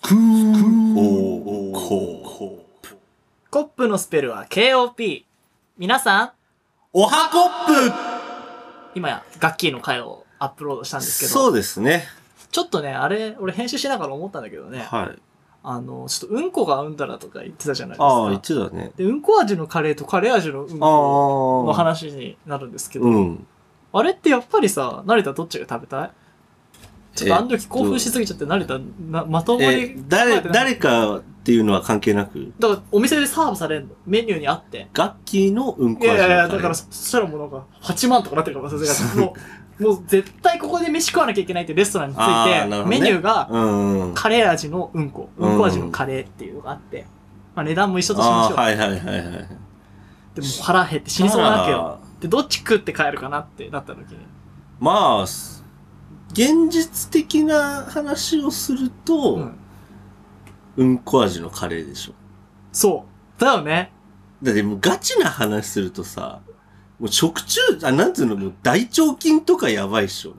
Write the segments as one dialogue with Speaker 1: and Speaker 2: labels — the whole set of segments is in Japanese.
Speaker 1: クーオーコープ。
Speaker 2: コップのスペルは KOP。皆さん、
Speaker 1: おはコッ
Speaker 2: 今や、ガッキーの回をアップロードしたん
Speaker 1: プ
Speaker 2: ですけど、
Speaker 1: そうですね。
Speaker 2: ちょっとね、あれ、俺編集しながら思ったんだけどね、
Speaker 1: はい。
Speaker 2: あの、ちょっとうんこがうんだらとか言ってたじゃないです
Speaker 1: ああ、言っ
Speaker 2: か。
Speaker 1: てたね。
Speaker 2: で、うんこ味のカレーとカレー味のうん
Speaker 1: あ
Speaker 2: こ
Speaker 1: あ。
Speaker 2: の話になるんですけど、
Speaker 1: うん。
Speaker 2: あれってやっぱりさ、成田どっちが食べたいちょっとあの
Speaker 1: えっ
Speaker 2: 時
Speaker 1: と
Speaker 2: 興奮しすぎちゃって、成田な、まともに考え
Speaker 1: え
Speaker 2: てな、かった。
Speaker 1: 誰、誰かっていうのは関係なく、
Speaker 2: だからお店でサーブされるの。メニューにあって。
Speaker 1: 楽器のうん
Speaker 2: い
Speaker 1: こ味
Speaker 2: やいやいや、
Speaker 1: のカレー
Speaker 2: だからそそしたらもうなんか、8万とかなってるから、さ すがに。もう、もう絶対ここで飯食わなきゃいけないっていうレストランについ
Speaker 1: あ
Speaker 2: て、
Speaker 1: ーなるほど
Speaker 2: メ
Speaker 1: ね
Speaker 2: ニューが、
Speaker 1: うんうん。
Speaker 2: カレー味のうんこ、うんこ味のカレーっていうのがあって、まあ値段も一緒としま
Speaker 1: あ
Speaker 2: し
Speaker 1: あ、
Speaker 2: ょう。
Speaker 1: はいはいはいはい。
Speaker 2: でも腹減って死にそうなわけよ。
Speaker 1: あー。
Speaker 2: で、どっち食って帰るかなってなった時に。
Speaker 1: まあ、す現実的な話をすると、う
Speaker 2: うんん、、
Speaker 1: こ味のカレーでしょ。
Speaker 2: そう。だよね。
Speaker 1: だってもうガチな話するとさ、もう食中、あ、なんつうの、もう大腸菌とかやばいっしょ。も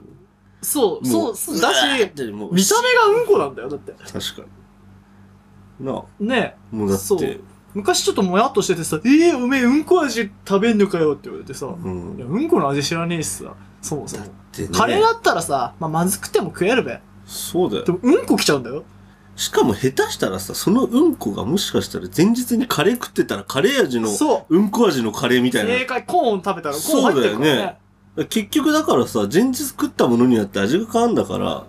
Speaker 2: そう、
Speaker 1: う
Speaker 2: そう、そうだし、
Speaker 1: うわーってもう
Speaker 2: 見た目がうんこなんだよ、だって。
Speaker 1: 確かに。なあ、
Speaker 2: ねえ
Speaker 1: もうだ
Speaker 2: そ
Speaker 1: っ
Speaker 2: う
Speaker 1: て、
Speaker 2: 昔ちょっともやっとしててさ、ええおめえうんこ味食べんのかよって言われてさ、
Speaker 1: う
Speaker 2: いや、
Speaker 1: ん。
Speaker 2: うんこの味知らねえしさ、そもそも。
Speaker 1: でね
Speaker 2: カレーだったらさ、まあ、まずくても食えるべ。
Speaker 1: そうだよ
Speaker 2: で。も、うんこ来ちゃうんだよ。
Speaker 1: しかも下手したらさ、そのうんこがもしかしたら前日にカレー食ってたらカレー味の、
Speaker 2: そう。
Speaker 1: うんこ味のカレーみたい
Speaker 2: 正
Speaker 1: な。
Speaker 2: 解、コーン食べたらコーン入ってるか
Speaker 1: そ
Speaker 2: ら
Speaker 1: うだよ
Speaker 2: ね
Speaker 1: ね。結局だからさ、前日食ったものによって味が変わんだから、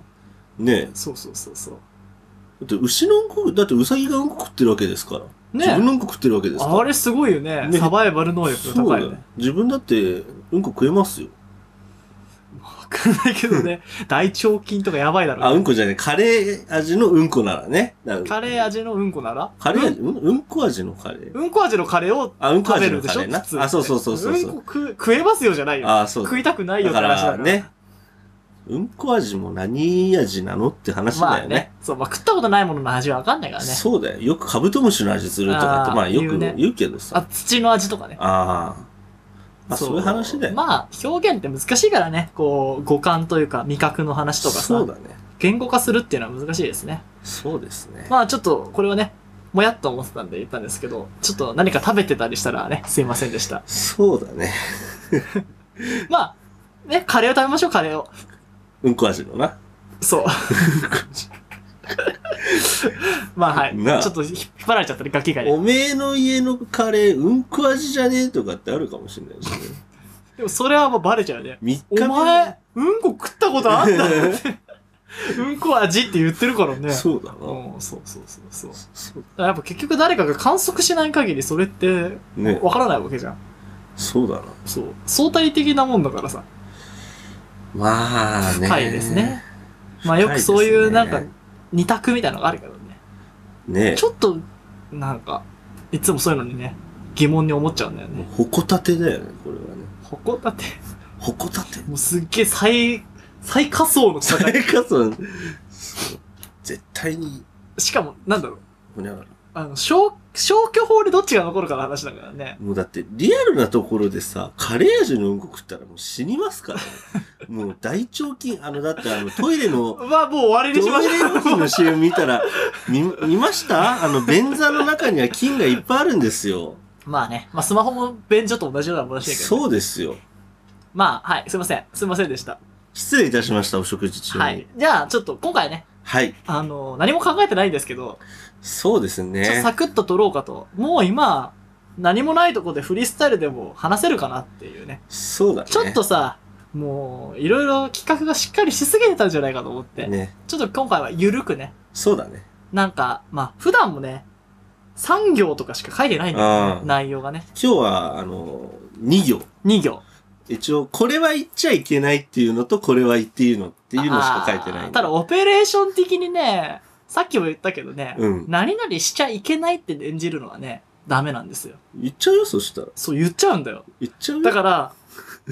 Speaker 1: ね
Speaker 2: そうそうそうそう。
Speaker 1: え。だって牛のうんこ、だってウサギがうんこ食ってるわけですから。自分
Speaker 2: ね
Speaker 1: のうんこ食ってるわけですから。
Speaker 2: あれすごいよね。
Speaker 1: ね
Speaker 2: サバイバル能力が
Speaker 1: そう
Speaker 2: 高
Speaker 1: だ
Speaker 2: いよ
Speaker 1: よ
Speaker 2: ね。。
Speaker 1: 自分だって、うんこ食えますよ。
Speaker 2: わかんないけ どね。大腸菌とかやばいだ
Speaker 1: あ、
Speaker 2: ろ
Speaker 1: う
Speaker 2: うね。
Speaker 1: んこじゃない。カレー味のうんこならね。だから
Speaker 2: カレー味のうんこなら
Speaker 1: カレー
Speaker 2: うん
Speaker 1: 味、うん、うんこ味のカレー。
Speaker 2: うんこ味のカレーを
Speaker 1: あ、うんこ
Speaker 2: 食べ
Speaker 1: 味
Speaker 2: る
Speaker 1: の
Speaker 2: で
Speaker 1: カ
Speaker 2: し
Speaker 1: レ
Speaker 2: ょ
Speaker 1: ーな
Speaker 2: 普。通
Speaker 1: あ、そうそうそうそうそうう。
Speaker 2: んこ食食えますよじゃないよ。
Speaker 1: あ、そう
Speaker 2: 食いたくないよ
Speaker 1: だ
Speaker 2: って
Speaker 1: か
Speaker 2: 話だからら。
Speaker 1: ね。うんこ味も何味なのって話
Speaker 2: ま
Speaker 1: だ
Speaker 2: あ
Speaker 1: よ
Speaker 2: ね
Speaker 1: ね。。
Speaker 2: そう、まあ食ったことないものの味はわかんないからね。
Speaker 1: そうだよ。よくカブトムシの味するとかっ
Speaker 2: あー
Speaker 1: て、まあよ
Speaker 2: 言う
Speaker 1: く
Speaker 2: ね
Speaker 1: 言うけどさ。
Speaker 2: あ、土の味とかね。
Speaker 1: ああ。まあそういう話だよ。
Speaker 2: まあ、表現って難しいからね。こう、五感というか味覚の話とか
Speaker 1: そ
Speaker 2: さ
Speaker 1: う、だね。
Speaker 2: 言語化するっていうのは難しいですね。
Speaker 1: そうですね。
Speaker 2: まあちょっと、これはね、もやっと思ってたんで言ったんですけど、ちょっと何か食べてたりしたらね、すいませんでした。
Speaker 1: そうだね。
Speaker 2: まあ、ね、カレーを食べましょう、カレーを。
Speaker 1: うんこ味のな。
Speaker 2: そう。 まあはい。
Speaker 1: なあ
Speaker 2: ちょっと引っ張られちゃったね、ガキが
Speaker 1: お
Speaker 2: で。
Speaker 1: めえの家のカレー、うんこ味じゃねえとかってあるかもしれないしね。
Speaker 2: でもそれはもうバレちゃうね。
Speaker 1: 3日
Speaker 2: お前、うんこ食ったことあん だうんこ味って言ってるからね。
Speaker 1: そうだな。
Speaker 2: うん、そうそうそうそう。だ
Speaker 1: そう
Speaker 2: からやっぱ結局誰かが観測しない限りそれって
Speaker 1: ね。
Speaker 2: わからないわけじゃん。
Speaker 1: そうだな。
Speaker 2: そう。相対的なもんだからさ。
Speaker 1: まあね。
Speaker 2: 深いですね。。まあよくそういうなんか二択みたいなのがあるけどね。
Speaker 1: ね
Speaker 2: ちょっと、なんか、いつもそういうのにね、疑問に思っちゃうんだよね。
Speaker 1: ほこたてだよね、これはね。
Speaker 2: ここだって、
Speaker 1: ほこたて。
Speaker 2: もうすっげえ最、最下層の
Speaker 1: そ
Speaker 2: 戦い。
Speaker 1: れこそ、そう絶対に、
Speaker 2: しかも、なんだろう。
Speaker 1: ほにゃらら
Speaker 2: あの、消、消去法でどっちが残るかの話だからね。
Speaker 1: もうだって、リアルなところでさ、カレー味のうんこ食ったらもう死にますから、ね。もう大腸菌、あの、だってあの、トイレの、
Speaker 2: まあもう終わりにしま
Speaker 1: ト
Speaker 2: し
Speaker 1: イレ
Speaker 2: ょ
Speaker 1: 料理の CM 見たら、見、見ましたあの、便座の中には菌がいっぱいあるんですよ。
Speaker 2: う。まあね。まあスマホも便所と同じようなものだけどね、
Speaker 1: そうですよ。
Speaker 2: まあ、はい。すいません。すいませんでした。
Speaker 1: 失礼いたしました、お食事中に。
Speaker 2: は
Speaker 1: はい
Speaker 2: い。。じゃあ、ちょっと今回ね、あの、何も考えてないんですけど、
Speaker 1: そうです
Speaker 2: ちょっと
Speaker 1: ね。
Speaker 2: サクッと撮ろうかと。もう今、何もないとこでフリースタイルでも話せるかなっていうね。
Speaker 1: そうだね。
Speaker 2: ちょっとさ、もう、いろいろ企画がしっかりしすぎてたんじゃないかと思って。
Speaker 1: ね。
Speaker 2: ちょっと今回はゆるくね。
Speaker 1: そうだね。
Speaker 2: なんか、まあ、普段もね、3行とかしか書いてないんだよね
Speaker 1: う。ん
Speaker 2: 内容がね。
Speaker 1: 今日は、あの、2行。
Speaker 2: 2行。
Speaker 1: 一応、これは言っちゃいけないっていうのと、これは言っていいのっていうのしか書いてな
Speaker 2: あー
Speaker 1: い。
Speaker 2: ただ、、オペレーション的にね、さっきも言ったけどね、
Speaker 1: うん
Speaker 2: 何々しちゃいけないって演じるのはね、ダメなんですよ。
Speaker 1: 言っちゃうよ、そしたら。
Speaker 2: そう言っちゃうんだよ。
Speaker 1: 言っちゃうよ。
Speaker 2: だから、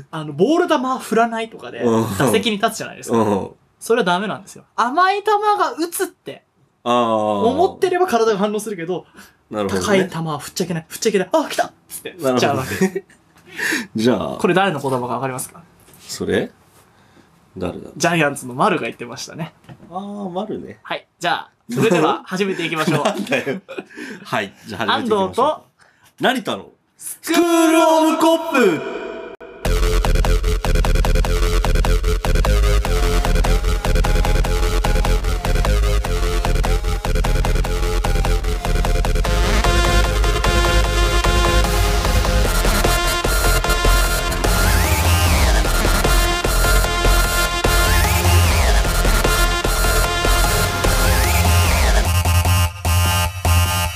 Speaker 2: あの、ボール球は振らないとかで
Speaker 1: うん、
Speaker 2: 打席に立つじゃないですか。
Speaker 1: うん。
Speaker 2: それはダメなんですよ。甘い球が打つって、
Speaker 1: ああ。
Speaker 2: 思ってれば体が反応するけど、
Speaker 1: なるほど、
Speaker 2: 高い
Speaker 1: ね。
Speaker 2: 球は振っちゃいけない、振っちゃいけない、あ、来たっつって
Speaker 1: な
Speaker 2: 振
Speaker 1: る
Speaker 2: っ
Speaker 1: ほ
Speaker 2: ちゃう
Speaker 1: ど
Speaker 2: わけ。
Speaker 1: じゃあ、
Speaker 2: これ誰の言葉かわかりますか
Speaker 1: それ誰だ
Speaker 2: ジャイアンツの丸が言ってましたね。
Speaker 1: ああ、丸ね。
Speaker 2: はい。じゃあ、それで は始めていきましょう。
Speaker 1: なんだよ。 はい。じゃあ
Speaker 2: 安
Speaker 1: 始めていき
Speaker 2: 藤
Speaker 1: ましょう。
Speaker 2: と、
Speaker 1: 成田のスクールオブコップ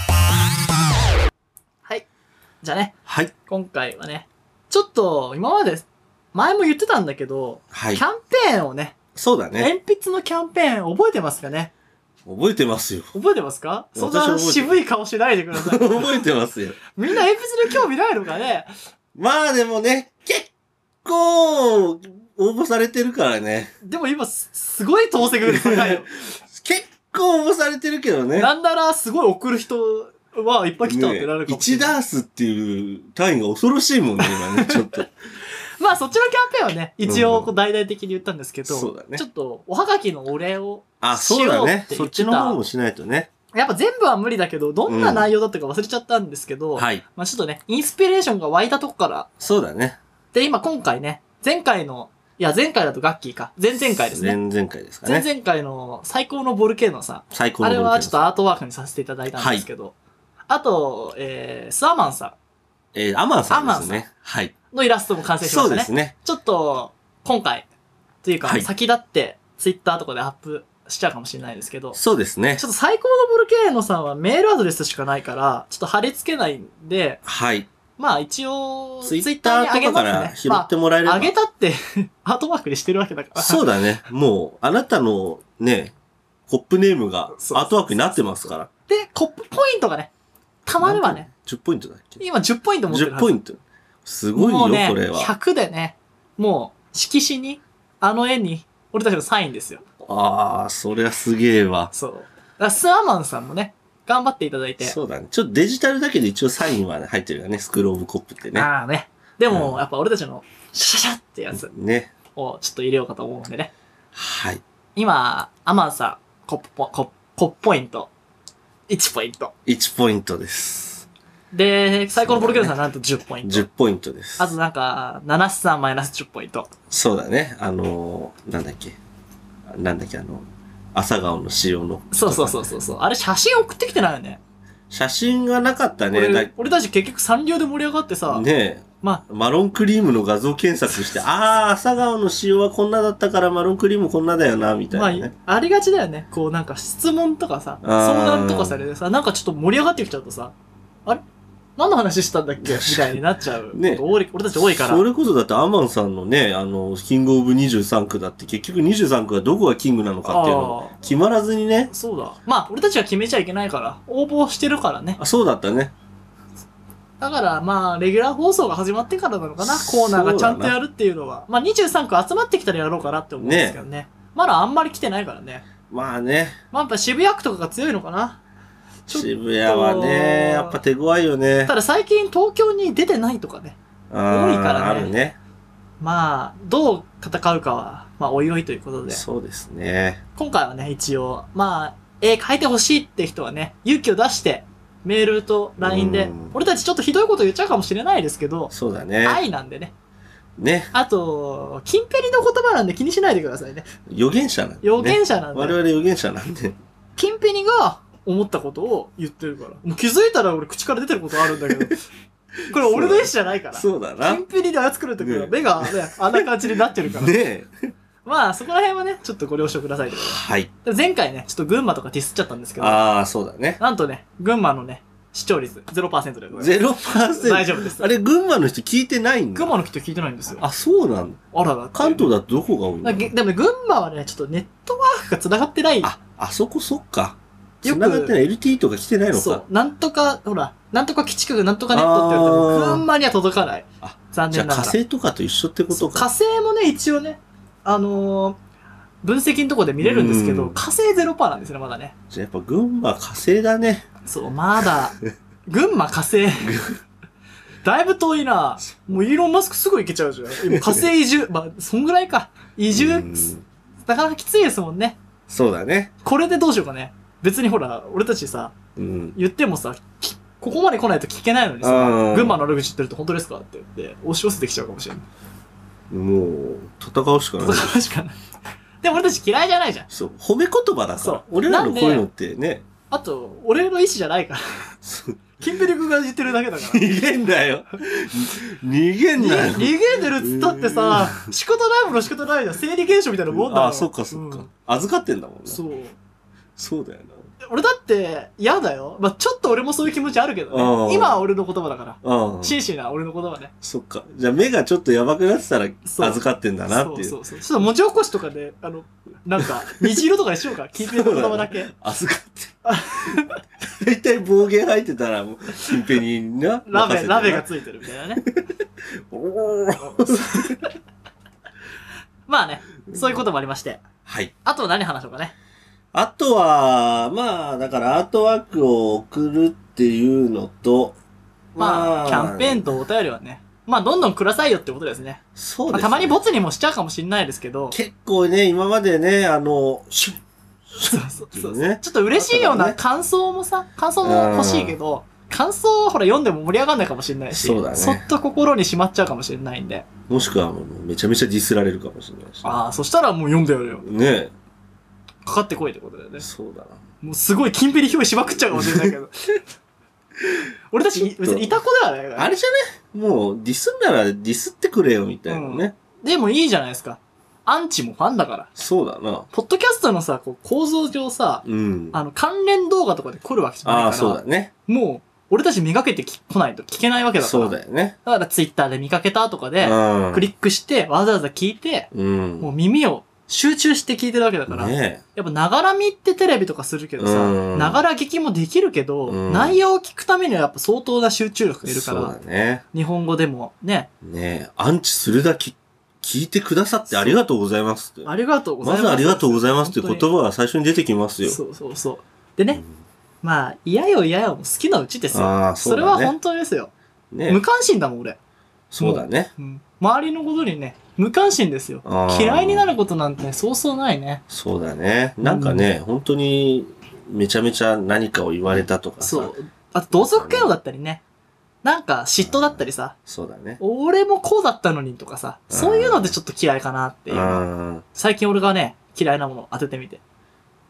Speaker 2: はい。じゃあね、
Speaker 1: はい。
Speaker 2: 今回はね、ちょっと今まで、前も言ってたんだけど、
Speaker 1: はい
Speaker 2: キ。ャンペーンをね、
Speaker 1: そうだね。
Speaker 2: 鉛筆のキャンペーン覚えてますかね
Speaker 1: 覚えてますよ。
Speaker 2: 覚えてますかそん
Speaker 1: 私は
Speaker 2: な
Speaker 1: 覚えてる
Speaker 2: 渋い顔しないでく ださい。
Speaker 1: 覚えてますよ。
Speaker 2: みんな鉛筆に興味ないのかね
Speaker 1: まあでもね、結構、応募されてるからね。
Speaker 2: でも今す、すごい投石 率高いよ。
Speaker 1: 結構応募されてるけどね。
Speaker 2: なんなら、すごい送る人はいっぱい来たってなるかもしれ
Speaker 1: 1
Speaker 2: ない。
Speaker 1: ダースっていう単位が恐ろしいもんね、今 ね、ちょっと。
Speaker 2: まあ、そっちのキャンペーンはね、一応こう大々的に言ったんですけど、
Speaker 1: そうだね
Speaker 2: ちょっと、おはがきのお礼を、
Speaker 1: あ、そうだね。
Speaker 2: しよ
Speaker 1: そうっ
Speaker 2: って言って
Speaker 1: ち
Speaker 2: た
Speaker 1: の方もしないとね。
Speaker 2: やっぱ全部は無理だけど、どんな内容だったか忘れちゃったんですけど、
Speaker 1: はい。
Speaker 2: まあちょっとね、インスピレーションが湧いたとこから、
Speaker 1: そうだね。
Speaker 2: で、今今回ね、前回の、いや、前回だとガッキーか。前々回ですね。
Speaker 1: 前々回ですか
Speaker 2: 前
Speaker 1: ね。
Speaker 2: 々回の最高のボルケーノさ
Speaker 1: 最高
Speaker 2: ん。
Speaker 1: の
Speaker 2: あれ
Speaker 1: ご意見
Speaker 2: はちょっとアートワークにさせていただいたんですけど、あと、えー、スワマンさ
Speaker 1: えー、アマンさんで
Speaker 2: アマン
Speaker 1: す
Speaker 2: さん
Speaker 1: ね。はい。
Speaker 2: んのイラストも完成しま
Speaker 1: そ
Speaker 2: し
Speaker 1: う
Speaker 2: た
Speaker 1: で
Speaker 2: ね。
Speaker 1: すね。
Speaker 2: ちょっと、今回、というか、
Speaker 1: はい
Speaker 2: 先立って、ツイッターとかでアップしちゃうかもしれないですけど、ち
Speaker 1: そうですね。
Speaker 2: ょっと最高のボルケーノさんはメールアドレスしかないから、ちょっと貼り付けないんで、
Speaker 1: はい。
Speaker 2: まあ一応、
Speaker 1: ツイッターとかから拾
Speaker 2: ま
Speaker 1: ってもらえれ
Speaker 2: あ、あ
Speaker 1: ば。
Speaker 2: げたって、 アートワークにしてるわけだから。
Speaker 1: そうだね。もう、あなたのね、コップネームが
Speaker 2: そう
Speaker 1: アートワークになってますから。
Speaker 2: で、コップポイントがね、たまればね、
Speaker 1: 10ポイントだっけ
Speaker 2: 今10ポイント持ってる
Speaker 1: 10ポイ
Speaker 2: ン
Speaker 1: ント。すごいよ、
Speaker 2: もうね、
Speaker 1: これは。
Speaker 2: 100でね、もう、色紙に、あの絵に、俺たちのサインですよ。
Speaker 1: ああ、そりゃすげえわ。
Speaker 2: そう。だからスアマンさんもね、頑張っていただいて。
Speaker 1: そうだね。ちょっとデジタルだけで一応サインは入ってるよね。スクロールオブコップってね。
Speaker 2: ああね。でも、
Speaker 1: うん
Speaker 2: やっぱ俺たちの、シャシャシャってやつ
Speaker 1: ね。
Speaker 2: をちょっと入れようかと思うんでね。
Speaker 1: はい。
Speaker 2: 今、アマンさん、コップポ、コップコップポイント、1ポイント。
Speaker 1: 1ポイントです。
Speaker 2: で、最高のボルケーノさんなんと10ポイント。
Speaker 1: 10ポイントです。
Speaker 2: あとなんか、7スさんマイナス10ポイント。
Speaker 1: そうだね。あのー、なんだっけ。なんだっけ、あの、朝顔の仕様の。
Speaker 2: そうそうそうそうそう。あれ写真送ってきてないよね。
Speaker 1: 写真がなかったね。だ
Speaker 2: 俺俺たち結局サンリオで盛り上がってさ、
Speaker 1: ねえ。
Speaker 2: ま
Speaker 1: マロンクリームの画像検索 して、ああ、朝顔の仕様はこんなだったからマロンクリームこんなだよな、み
Speaker 2: あ、
Speaker 1: た
Speaker 2: ま
Speaker 1: いなね。
Speaker 2: あ、ありがちだよね。こうなんか質問とかさ、
Speaker 1: あー
Speaker 2: 相談とかされてさ、なんかちょっと盛り上がってきちゃうとさ、あれ何の話したんだっけみたいになっちゃう。
Speaker 1: ね
Speaker 2: 多い俺たち多いから。
Speaker 1: それこそだってアマンさんのね、あの、キングオブ23区だって結局23区はどこがキングなのかっていうのが
Speaker 2: ああ、
Speaker 1: 決まらずにね。
Speaker 2: そうだ。まあ、俺たちは決めちゃいけないから、応募してるからね。
Speaker 1: あ、そうだったね。
Speaker 2: だから、まあ、レギュラー放送が始まってからなのかな、コーナーがちゃんとやるっていうのは。まあ、23区集まってきたらやろうかなって思うんですけどねまだあんまり来てないからね。
Speaker 1: まあね、
Speaker 2: まあ、やっぱ渋谷区とかが強いのかな。ちょっと
Speaker 1: 渋谷はね、やっぱ手強いよね。
Speaker 2: ただ最近東京に出てないとかね。
Speaker 1: 多
Speaker 2: 多いからね
Speaker 1: あるね。
Speaker 2: まあ、どう戦うかは、まあ、おいおいということで。
Speaker 1: そうですね。
Speaker 2: 今回はね、一応、まあ、絵描いてほしいって人はね、勇気を出して、メールと LINE で
Speaker 1: うん、
Speaker 2: 俺たちちょっとひどいこと言っちゃうかもしれないですけど、
Speaker 1: そうだね。
Speaker 2: 愛なんでね。
Speaker 1: ね。
Speaker 2: あと、キンペリの言葉なんで気にしないでくださいね。
Speaker 1: 予言者なんで、ね。
Speaker 2: 予言者なん
Speaker 1: 我
Speaker 2: で。
Speaker 1: 々予言者なんで。
Speaker 2: キンペリが思ったことを言ってるから。もう気づいたら俺口から出てることあるんだけど、 これ俺の意思じゃないから。
Speaker 1: そうだな。
Speaker 2: キ
Speaker 1: ね
Speaker 2: ンペリで操るときは目がね、あんな感じになってるから。
Speaker 1: え。
Speaker 2: まあ、そこら辺はね、ちょっとご了承くださいというこ
Speaker 1: はい。
Speaker 2: とで。前回ね、ちょっと群馬とかディスっちゃったんですけど、
Speaker 1: ああ、そうだね。
Speaker 2: なんとね、群馬のね、視聴率0%でござい
Speaker 1: ゼロパー
Speaker 2: ます。
Speaker 1: セ
Speaker 2: 大
Speaker 1: ント。
Speaker 2: 丈夫です。
Speaker 1: あれ、群馬の人聞いてないんだ。
Speaker 2: 群馬の人聞いてないんですよ。
Speaker 1: あ、そうなんだ。
Speaker 2: あらら。
Speaker 1: 関東だとどこが多いん
Speaker 2: だ
Speaker 1: だ
Speaker 2: げでもね、群馬はね、ちょっとネットワークが繋がってない。
Speaker 1: あ、あそこそっか。
Speaker 2: よく
Speaker 1: 繋がってない LT とか来てないの
Speaker 2: そ
Speaker 1: か
Speaker 2: う。。なんとか、ほら、なんとか基地区、なんとかネットって言われて
Speaker 1: あ
Speaker 2: も、
Speaker 1: ー
Speaker 2: 群馬には届かない
Speaker 1: あ。
Speaker 2: 残
Speaker 1: じゃ
Speaker 2: 念
Speaker 1: あ
Speaker 2: な
Speaker 1: 火
Speaker 2: がら。そう
Speaker 1: 星とかと一緒ってこと
Speaker 2: 火
Speaker 1: か。
Speaker 2: 星もね、一応ね、あのー分析のとこで見れるんですけ
Speaker 1: う
Speaker 2: ど、
Speaker 1: ん
Speaker 2: 火星0%なんですね、まだね。
Speaker 1: じゃあやっぱ群馬火星だね。
Speaker 2: そう、まだ、群馬火星。だいぶ遠いな。もうイーロン・マスクすぐ行けちゃうじゃん。今火星移住。まあ、そんぐらいか。移
Speaker 1: 移
Speaker 2: 住、
Speaker 1: 住
Speaker 2: なかなかきついですもんね。
Speaker 1: そうだね。
Speaker 2: これでどうしようかね。別にほら、俺たちさ、
Speaker 1: うん。
Speaker 2: 言ってもさ、きここまで来ないと聞けないのにさ、
Speaker 1: ああ
Speaker 2: 群馬の悪口言ってると本当ですかって言って、押し寄せてきちゃうかもしれない。
Speaker 1: もう、戦うしかない。
Speaker 2: 戦うしかない。でも俺たち嫌いじゃないじゃん。
Speaker 1: そう、褒め言葉だか
Speaker 2: そ
Speaker 1: ら
Speaker 2: う。
Speaker 1: 俺らの
Speaker 2: なんで
Speaker 1: こういうのってね、
Speaker 2: あと、俺の意思じゃないから。
Speaker 1: そう
Speaker 2: キンペリ君が言ってるだけだから。
Speaker 1: 逃げんなよ。逃げん
Speaker 2: に
Speaker 1: なよ
Speaker 2: 逃。げてるっつったってさ、仕方ないもの仕方ないじゃん。生理現象みたいなもんだから
Speaker 1: あ、そっかそっか、
Speaker 2: うん
Speaker 1: 預かってんだもんね。
Speaker 2: そう。
Speaker 1: そうだよな。
Speaker 2: 俺だって嫌だよ。まあ、ちょっと俺もそういう気持ちあるけど
Speaker 1: ああ
Speaker 2: ね。今は俺の言葉だから。
Speaker 1: ああ。
Speaker 2: 真摯な俺の言葉ね。
Speaker 1: そっか。じゃあ目がちょっとやばくなってたら
Speaker 2: そう
Speaker 1: 預かってんだなっていう。
Speaker 2: そうそうそう。ちょっと文字起こしとかで、あの、なんか、虹色とかにしよう か。キンペリの言葉だけ。
Speaker 1: 預かって。大体暴言入ってたらもう、近辺にな。
Speaker 2: ラ
Speaker 1: 任せ
Speaker 2: ベ、
Speaker 1: て
Speaker 2: ラベが。ついてるみたいなね。
Speaker 1: おー
Speaker 2: まあね、そういうこともありまして。
Speaker 1: はい。
Speaker 2: あと何話しようかね。
Speaker 1: あとは、まあ、だからアートワークを送るっていうのと、
Speaker 2: まあ、キャンペー
Speaker 1: ン。
Speaker 2: ンとお便りはね。まあ、どんどんくださいよってことですね。
Speaker 1: そう
Speaker 2: ま
Speaker 1: で
Speaker 2: あ
Speaker 1: す、ね。
Speaker 2: たまにボツにもしちゃうかもしれないですけど。
Speaker 1: 結構ね、今までね、あの、シュッ、シ
Speaker 2: そ
Speaker 1: ュ
Speaker 2: う
Speaker 1: ッ
Speaker 2: そう
Speaker 1: ってい
Speaker 2: そうう。
Speaker 1: ね。
Speaker 2: ちょっと嬉しいよう
Speaker 1: だから
Speaker 2: な
Speaker 1: ね
Speaker 2: 感想もさ、感想も欲しいけど、感想をほら読んでも盛り上がんないかもしれないし、
Speaker 1: そうだね
Speaker 2: そっと心にしまっちゃうかもしれないんで。
Speaker 1: もしくはもう、めちゃめちゃディスられるかもしれないし。
Speaker 2: ああ、そしたらもう読んでやるよ。
Speaker 1: ね
Speaker 2: かかってこいってことだよね
Speaker 1: え。。そうだな。
Speaker 2: もうすごい金ピリ表紙しまくっちゃうかもしれない けど。俺たち
Speaker 1: ちょっ、と
Speaker 2: 別にいた子ではないからね
Speaker 1: あれじゃねもう、ディスんならディスってくれよ、みたいなね。
Speaker 2: でもいいじゃないですか。アンチもファンだから。
Speaker 1: そうだな。
Speaker 2: ポッドキャストのさ、こう構造上さ、
Speaker 1: うん。あ
Speaker 2: あの、関連動画とかで来るわけじゃないか
Speaker 1: あー、
Speaker 2: ら。
Speaker 1: そうだね。
Speaker 2: もう、俺たちめがけてき来ないと聞けないわけだから。
Speaker 1: そうだよね。
Speaker 2: だからツイッターで見かけたとかで、
Speaker 1: うん。
Speaker 2: クリックして、わざわざ聞いて、
Speaker 1: うん。
Speaker 2: もう耳を集中して聞いてるわけだから、
Speaker 1: ね
Speaker 2: やっぱながら見ってテレビとかするけど
Speaker 1: う
Speaker 2: さ、
Speaker 1: ん
Speaker 2: ながら聞きもできるけど、
Speaker 1: うん
Speaker 2: 内容を聞くためにはやっぱ相当な集中力
Speaker 1: え。
Speaker 2: がいるか
Speaker 1: そうだ
Speaker 2: ら、
Speaker 1: ね。
Speaker 2: 日本語でもね、
Speaker 1: ねえ、アンチするだけ聞いてくださってありがとうございますって。
Speaker 2: ありがとうござい
Speaker 1: ま
Speaker 2: ます。
Speaker 1: ずありがとうございますっていう言
Speaker 2: 本
Speaker 1: 葉が最初に出てきます
Speaker 2: 当に
Speaker 1: よ。
Speaker 2: そうそうそう。で
Speaker 1: う
Speaker 2: ね、
Speaker 1: ん
Speaker 2: まあ、嫌よ嫌よ、好きなうちですよ。
Speaker 1: ああ、そ
Speaker 2: そうれは
Speaker 1: だね。
Speaker 2: 本当ですよ。無
Speaker 1: ね
Speaker 2: 関心だもん、俺。
Speaker 1: そうだね。
Speaker 2: うん周りのことにね、無関心ですよ。
Speaker 1: あー
Speaker 2: 嫌いになることなんてねそうそうないね。
Speaker 1: そうだね。なんかね、本当に、めちゃめちゃ何かを言われたとかさ。
Speaker 2: そう。。あと、同族嫌悪だったりね。なんか、嫉妬だったりさ。
Speaker 1: そうだね。
Speaker 2: 俺もこうだったのにとかさ。
Speaker 1: うん
Speaker 2: そういうのでちょっと嫌いかなっていうう。
Speaker 1: ん。
Speaker 2: 最近俺がね、嫌いなものを当ててみて。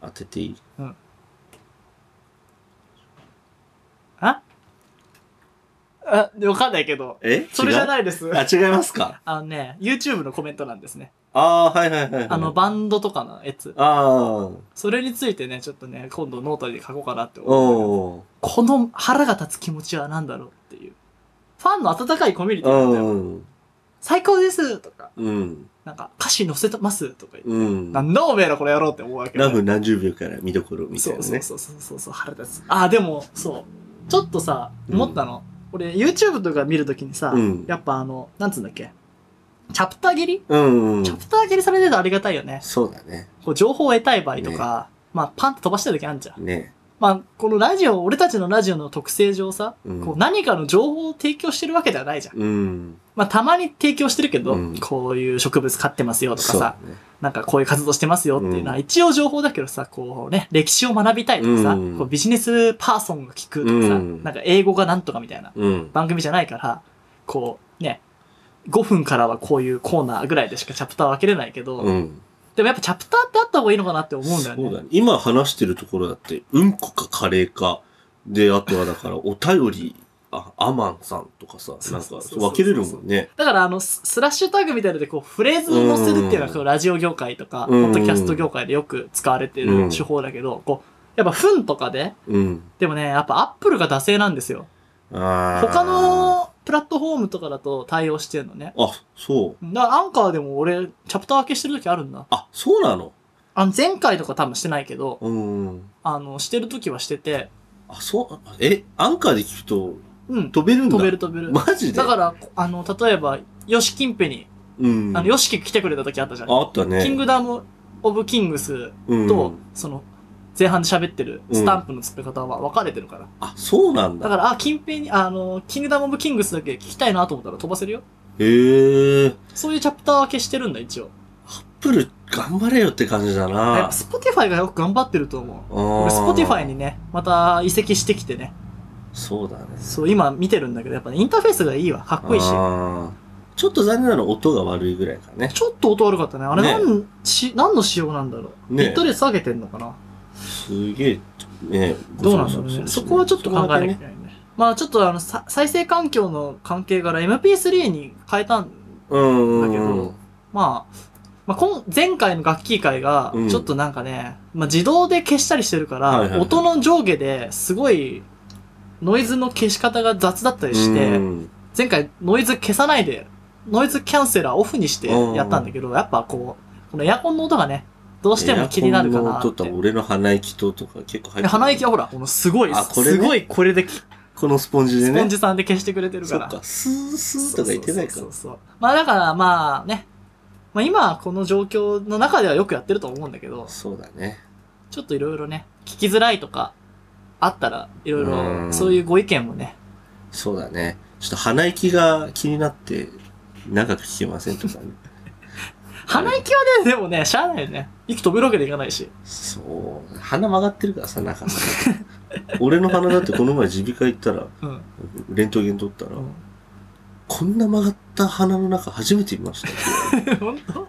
Speaker 1: 当てていい
Speaker 2: ああ、わかんないけど。
Speaker 1: え
Speaker 2: それじゃ
Speaker 1: い
Speaker 2: ないです。
Speaker 1: あ、違いますか
Speaker 2: あのね、YouTube のコメントなんですね。
Speaker 1: ああ、はいはいはいはい。
Speaker 2: あの、バンドとかのやつ。
Speaker 1: ああ、
Speaker 2: それについてね、ちょっとね、今度ノートで書こうかなって思う。
Speaker 1: お
Speaker 2: この腹が立つ気持ちは何だろうっていう。ファンの温かいコミュニ
Speaker 1: ー
Speaker 2: ティなんだよ。
Speaker 1: うん。
Speaker 2: 最高ですとか、
Speaker 1: うん。
Speaker 2: なんか歌詞載せてますとか言って、
Speaker 1: うん。
Speaker 2: なんだおめえらこれやろうって思うわけ
Speaker 1: ラブ何十秒から見どころみた
Speaker 2: そ
Speaker 1: いうな
Speaker 2: そう
Speaker 1: ね。
Speaker 2: そうそうそうそう、腹立つ。ああ、でも、そう。ちょっとさ、
Speaker 1: うん
Speaker 2: 思ったの。俺、YouTube とか見るときにさ、
Speaker 1: うん
Speaker 2: やっぱあの、なんつうんだっけ、チャプター切り、
Speaker 1: うん。
Speaker 2: チャプター切りされてるとありがたいよね。
Speaker 1: そうだね。
Speaker 2: こう情報を得たい場合とか、まあ、パンって飛ばしてるときあるじゃん。
Speaker 1: ね。
Speaker 2: まあ、このラジオ、俺たちのラジオの特性上さ、
Speaker 1: うん
Speaker 2: こう何かの情報を提供してるわけではないじゃん。
Speaker 1: うん。
Speaker 2: まあ、たまに提供してるけど、
Speaker 1: うん
Speaker 2: こういう植物飼ってますよとか
Speaker 1: そう
Speaker 2: さ
Speaker 1: だ、ね。
Speaker 2: なんかこういう活動してますよっていうの
Speaker 1: う
Speaker 2: は、
Speaker 1: ん
Speaker 2: 一応情報だけどさ、こうね、歴史を学びたいとかさ、
Speaker 1: うん
Speaker 2: こうビジネスパーソンが聞くとかさ、
Speaker 1: うん
Speaker 2: なんか英語がなんとかみたいな
Speaker 1: うん。
Speaker 2: 番組じゃないから、こうね、5分からはこういうコーナーぐらいでしかチャプターは分けれないけど、
Speaker 1: うん。
Speaker 2: でもやっぱチャプターってあった方がいいのかなって思うんだよね。
Speaker 1: そうだね。今話してるところだって、うんこかカレーか。で、あとはだから、お便り、あ、アマンさんとかさ、なんか
Speaker 2: そうそうそうそう
Speaker 1: 分けれるもんね。
Speaker 2: だからあの、ススラッシュタグみたいなのでこう、フレーズを載せるっていうのは、
Speaker 1: うん
Speaker 2: こうラジオ業界とか、ポ
Speaker 1: うん
Speaker 2: ッドキャスト業界でよく使われて
Speaker 1: う
Speaker 2: る
Speaker 1: ん
Speaker 2: 手法だけど、こう、やっぱフンとかで、
Speaker 1: うん。
Speaker 2: でもね、やっぱアップルが惰性なんですよ。
Speaker 1: あー
Speaker 2: 他、のプラットフォームとかだと対応してるのね。
Speaker 1: あ、そう。
Speaker 2: だからアンカーでも俺、チャプター分けしてる時あるんだ。
Speaker 1: あ、そうなの
Speaker 2: あの、前回とか多分してないけど、
Speaker 1: うん。
Speaker 2: あの、してる時はしてて、
Speaker 1: あ、そう、え、アンカーで聞くと
Speaker 2: うん、
Speaker 1: 飛べるんだ。
Speaker 2: 飛べる飛べる。
Speaker 1: マジで
Speaker 2: だから、あの、例えば、ヨシキンペに、
Speaker 1: うん。
Speaker 2: あの、ヨシキ来てくれた時あったじゃん。
Speaker 1: ああったね。
Speaker 2: キングダム・オブ・キングス
Speaker 1: うん
Speaker 2: と、その、前半で喋ってるスタンプの作り方は分かれてるから。
Speaker 1: あ、そうなんだ。
Speaker 2: だから、あ、近辺に、あの、キングダム・オブ・キングスだけ聞きたいなと思ったら飛ばせるよ。
Speaker 1: へえ。
Speaker 2: そういうチャプター分けしてるんだ、一応。
Speaker 1: プル頑張れよって感じだ
Speaker 2: やっぱ
Speaker 1: な。
Speaker 2: スポティファイがよく頑張ってると思う。
Speaker 1: 俺
Speaker 2: 俺、スポティファイに。ね、また移籍してきてね。
Speaker 1: そうだね。
Speaker 2: そう、今見てるんだけど、やっぱね、インターフェースがいいわ。かっこいいし。
Speaker 1: あーちょっと残念なのは音が悪いぐらいかね。
Speaker 2: ちょっと音悪かったね。あれ、
Speaker 1: ね
Speaker 2: なん、し、何の仕様なんだろう。
Speaker 1: ね
Speaker 2: ビットレース下げてんのかな
Speaker 1: すげえ、ね、
Speaker 2: どうなんだろうね。そこはちょっと考えなきゃい
Speaker 1: ね。
Speaker 2: けないね。まあちょっとあの、さ再生環境の関係から MP3 に変えたん、
Speaker 1: うんうんうん。
Speaker 2: だまあ、まあ、今前回の楽器会が
Speaker 1: うん、
Speaker 2: ちょっとなんかね、まあ自動で消したりしてるから、
Speaker 1: はいはいはい
Speaker 2: 音の上下ですごい、ノイズの消し方が雑だったりして、
Speaker 1: うん
Speaker 2: 前回ノイズ消さないで、ノイズキャンセラーオフにしてやったんだけど、やっぱこう、このエアコンの音がね、どうしても気になるか
Speaker 1: エア
Speaker 2: な
Speaker 1: コン
Speaker 2: っ
Speaker 1: の音と
Speaker 2: て
Speaker 1: か。俺の鼻息ととか結構入って
Speaker 2: で鼻息はほら、このすごい、
Speaker 1: あこれね
Speaker 2: すごいこれで、
Speaker 1: このスポンジで
Speaker 2: ス
Speaker 1: ね。
Speaker 2: ポンジさんで消してくれてる
Speaker 1: そ
Speaker 2: か
Speaker 1: っか、
Speaker 2: ら。
Speaker 1: スースーとか言ってないか
Speaker 2: そ
Speaker 1: ら
Speaker 2: う。そうそうそうまあだからまあね、まあ今この状況の中ではよくやってると思うんだけど、
Speaker 1: そうだね。
Speaker 2: ちょっといろいろね、聞きづらいとかあったら、いろいうろ
Speaker 1: ん
Speaker 2: そういうご意見もね、
Speaker 1: そうだね。ちょっと鼻息が気になって、長く聞けませんとかね。
Speaker 2: 鼻息はね、でもね、しゃあないよね。息飛ぶわけでいかないし。
Speaker 1: そう。鼻曲がってるからさ、 中が。俺の鼻だってこの前耳鼻科行ったら、
Speaker 2: うん。
Speaker 1: レントゲン撮ったら、
Speaker 2: うん
Speaker 1: こんな曲がった鼻の中初めて見ましたって言われて。
Speaker 2: 本当
Speaker 1: そう。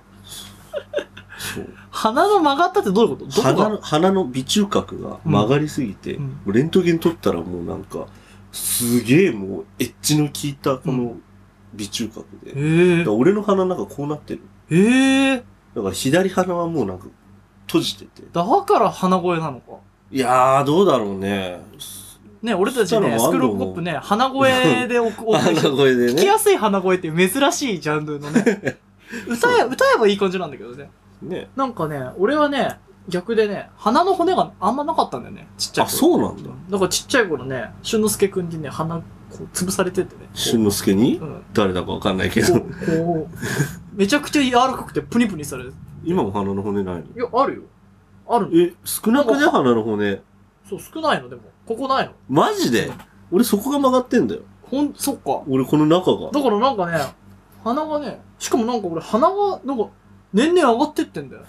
Speaker 2: 鼻の曲がったってどういうことどこ
Speaker 1: 鼻
Speaker 2: が
Speaker 1: の、鼻の微中隔が曲がりすぎて、
Speaker 2: うんうん
Speaker 1: もうレントゲン撮ったらもうなんか、すげえもうエッジの効いたこ
Speaker 2: う
Speaker 1: の微中隔で。
Speaker 2: え
Speaker 1: だか
Speaker 2: ー
Speaker 1: ら、俺の鼻の中こうなってる。
Speaker 2: えー、
Speaker 1: だから左鼻はもうなんか閉じてて。
Speaker 2: だから鼻声なのか。
Speaker 1: いやー、どうだろうね。
Speaker 2: ね、俺たち
Speaker 1: そんな
Speaker 2: ね、
Speaker 1: のあ
Speaker 2: ス
Speaker 1: んの
Speaker 2: クロールコップね、鼻声で送送って
Speaker 1: 鼻
Speaker 2: きてる
Speaker 1: 声で
Speaker 2: 聞き
Speaker 1: ね。
Speaker 2: やすい鼻声って珍しいジャンルのね。 歌え、歌えばいい感じなんだけどね。
Speaker 1: ね。
Speaker 2: なんかね、俺はね、逆でね、鼻の骨があんまなかったんだよね、ちっちゃい
Speaker 1: あ、
Speaker 2: 頃。
Speaker 1: そうなんだ。
Speaker 2: だからちっちゃい頃ね、俊之介くんにね、鼻、こう、潰されててね。
Speaker 1: 俊之介に
Speaker 2: こううん。
Speaker 1: 誰だかわかんないけ
Speaker 2: こ
Speaker 1: ど。
Speaker 2: う、こう、めちゃくちゃ柔らかくてプニプニされて。
Speaker 1: 今も鼻の骨ないの
Speaker 2: いや、あるよ。あるの。
Speaker 1: え、少なくね鼻の骨。
Speaker 2: そう、少ないの、でも。ここないの。
Speaker 1: マジで俺そこが曲がってんだよ。
Speaker 2: ほん、そっか。
Speaker 1: 俺この中が。
Speaker 2: だからなんかね、鼻がね、しかもなんか俺鼻が、なんか、年々上がってってんだよ。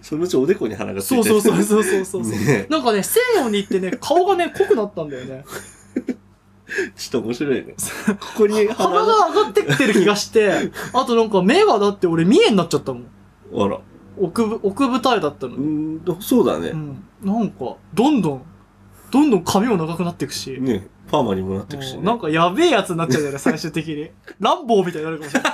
Speaker 1: そのうちおでこに鼻がついて
Speaker 2: そうそうそうそうそうそう。
Speaker 1: ね
Speaker 2: なんかね、西洋に行ってね、顔がね、濃くなったんだよね。
Speaker 1: えちょっと面白いね。ここに鼻
Speaker 2: 鼻
Speaker 1: が。
Speaker 2: が上がってきてる気がして、あとなんか目がだって俺見えになっちゃったもん。
Speaker 1: あら。
Speaker 2: 奥ぶ、奥舞台だったの
Speaker 1: う
Speaker 2: に。
Speaker 1: ーん、そうだ
Speaker 2: う
Speaker 1: ね。
Speaker 2: ん。なんか、どんどん、どんどん髪も長くなっていくし。
Speaker 1: ねえパーマにもなってくし
Speaker 2: もう
Speaker 1: ね。
Speaker 2: なんかやべえやつになっちゃうじゃない、最終的に。ランボーみたいになるかもしれない。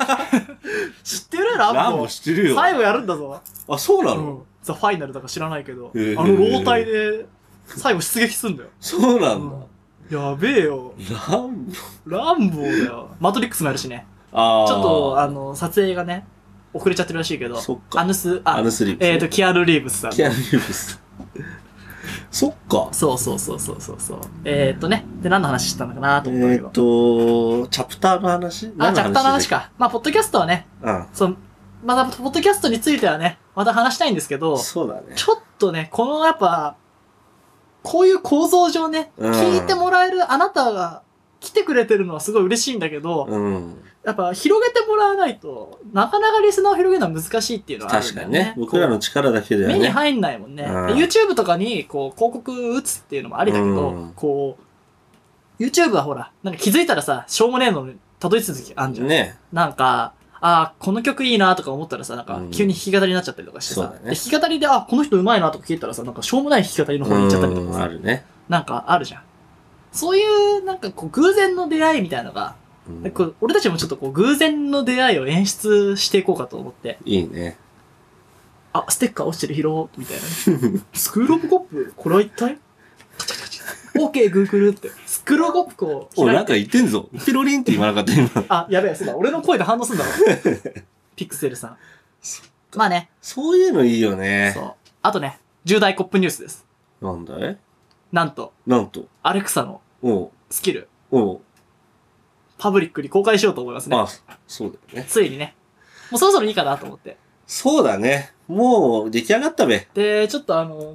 Speaker 2: 知ってるランボー。
Speaker 1: ランボしてるよ。
Speaker 2: 最後やるんだぞ。
Speaker 1: あ、そうな
Speaker 2: う
Speaker 1: の
Speaker 2: ん。ザ・ファイナルだか知らないけど、
Speaker 1: へえ
Speaker 2: あの老体で、最後出撃すんだよ。
Speaker 1: そうなんだ。
Speaker 2: うんやべえよ。
Speaker 1: ランボ
Speaker 2: ランボーだよ。マトリックスもやるしね。
Speaker 1: あー
Speaker 2: ちょっと、あの、撮影がね、遅れちゃってるらしいけど、
Speaker 1: そっか
Speaker 2: アヌス、
Speaker 1: ア
Speaker 2: あ
Speaker 1: ヌ、スリーブスね
Speaker 2: えっ、と、キアヌ・リーブスさん。
Speaker 1: キアヌ・リーブス。そっか。
Speaker 2: そうそうそうそうそうそう。えっ、とね、で、何の話したのかな
Speaker 1: え
Speaker 2: と思ったんだけ
Speaker 1: ー
Speaker 2: ど。
Speaker 1: っと、チャプターの話
Speaker 2: あ、チャプターの話
Speaker 1: か。
Speaker 2: か。まあ、ポッドキャストはね、
Speaker 1: う
Speaker 2: その、また、ポッドキャストについてはね、また話したいんですけど
Speaker 1: ん。、そうだね。
Speaker 2: ちょっとね、このやっぱ、こういう構造上ね、
Speaker 1: うん
Speaker 2: 聞いてもらえるあなたが来てくれてるのはすごい嬉しいんだけど、
Speaker 1: うん。
Speaker 2: やっぱ広げてもらわないと、なかなかリスナーを広げるのは難しいっていうのはある
Speaker 1: 確
Speaker 2: んだ
Speaker 1: か
Speaker 2: よ
Speaker 1: に
Speaker 2: ね。
Speaker 1: ね。僕らの力だけでは
Speaker 2: 目に
Speaker 1: ね。
Speaker 2: 入んないもんね。
Speaker 1: う
Speaker 2: で
Speaker 1: ん
Speaker 2: YouTube とかに、こう、広告打つっていうのもありだけど、
Speaker 1: うん
Speaker 2: こう、YouTube はほら、なんか気づいたらさ、しょうもねえのにたどり着く時あんじゃん。
Speaker 1: ね。
Speaker 2: なんか、あーこの曲いいなとか思ったらさ、なんか
Speaker 1: うん
Speaker 2: 急に弾き語りになっちゃったりとかして
Speaker 1: そう
Speaker 2: さ
Speaker 1: だ、ね
Speaker 2: で弾き語りで、あ、この人うまいなとか聞いたらさ、なんかしょうもない弾き語りの方に行っちゃったりとか
Speaker 1: うんあ
Speaker 2: さ、
Speaker 1: るね。
Speaker 2: なんかあるじゃん。そういう、なんかこう、偶然の出会いみたいなのが、
Speaker 1: うん
Speaker 2: でこう俺たちもちょっとこう、偶然の出会いを演出していこうかと思って、
Speaker 1: いいね。
Speaker 2: あ、ステッカー落ちてる拾おう、みたいなね。 スクールオブコップこれは一体カチャカチャカチャオーケー、グーグルって。スクールオブコップこう
Speaker 1: おい、
Speaker 2: 開
Speaker 1: ないん
Speaker 2: て、
Speaker 1: か言ってんぞ。ピロリンって言わなかった、今。
Speaker 2: あ、やべえ、そうだ、俺の声で反応すんだろ。 ピクセルさん。まあね、
Speaker 1: そういうのいいよね
Speaker 2: そ。う。あとね、重大コップニュースです。
Speaker 1: なんだい
Speaker 2: なんと、
Speaker 1: なんと。
Speaker 2: アレクサの
Speaker 1: おう、
Speaker 2: スキル、
Speaker 1: おう。
Speaker 2: パブリックに公開しようと思いますね。
Speaker 1: あ、そうだよね。
Speaker 2: ついにね。もうそろそろいいかなと思って。
Speaker 1: そうだね。もう出来上がったべ。
Speaker 2: で、ちょっとあの、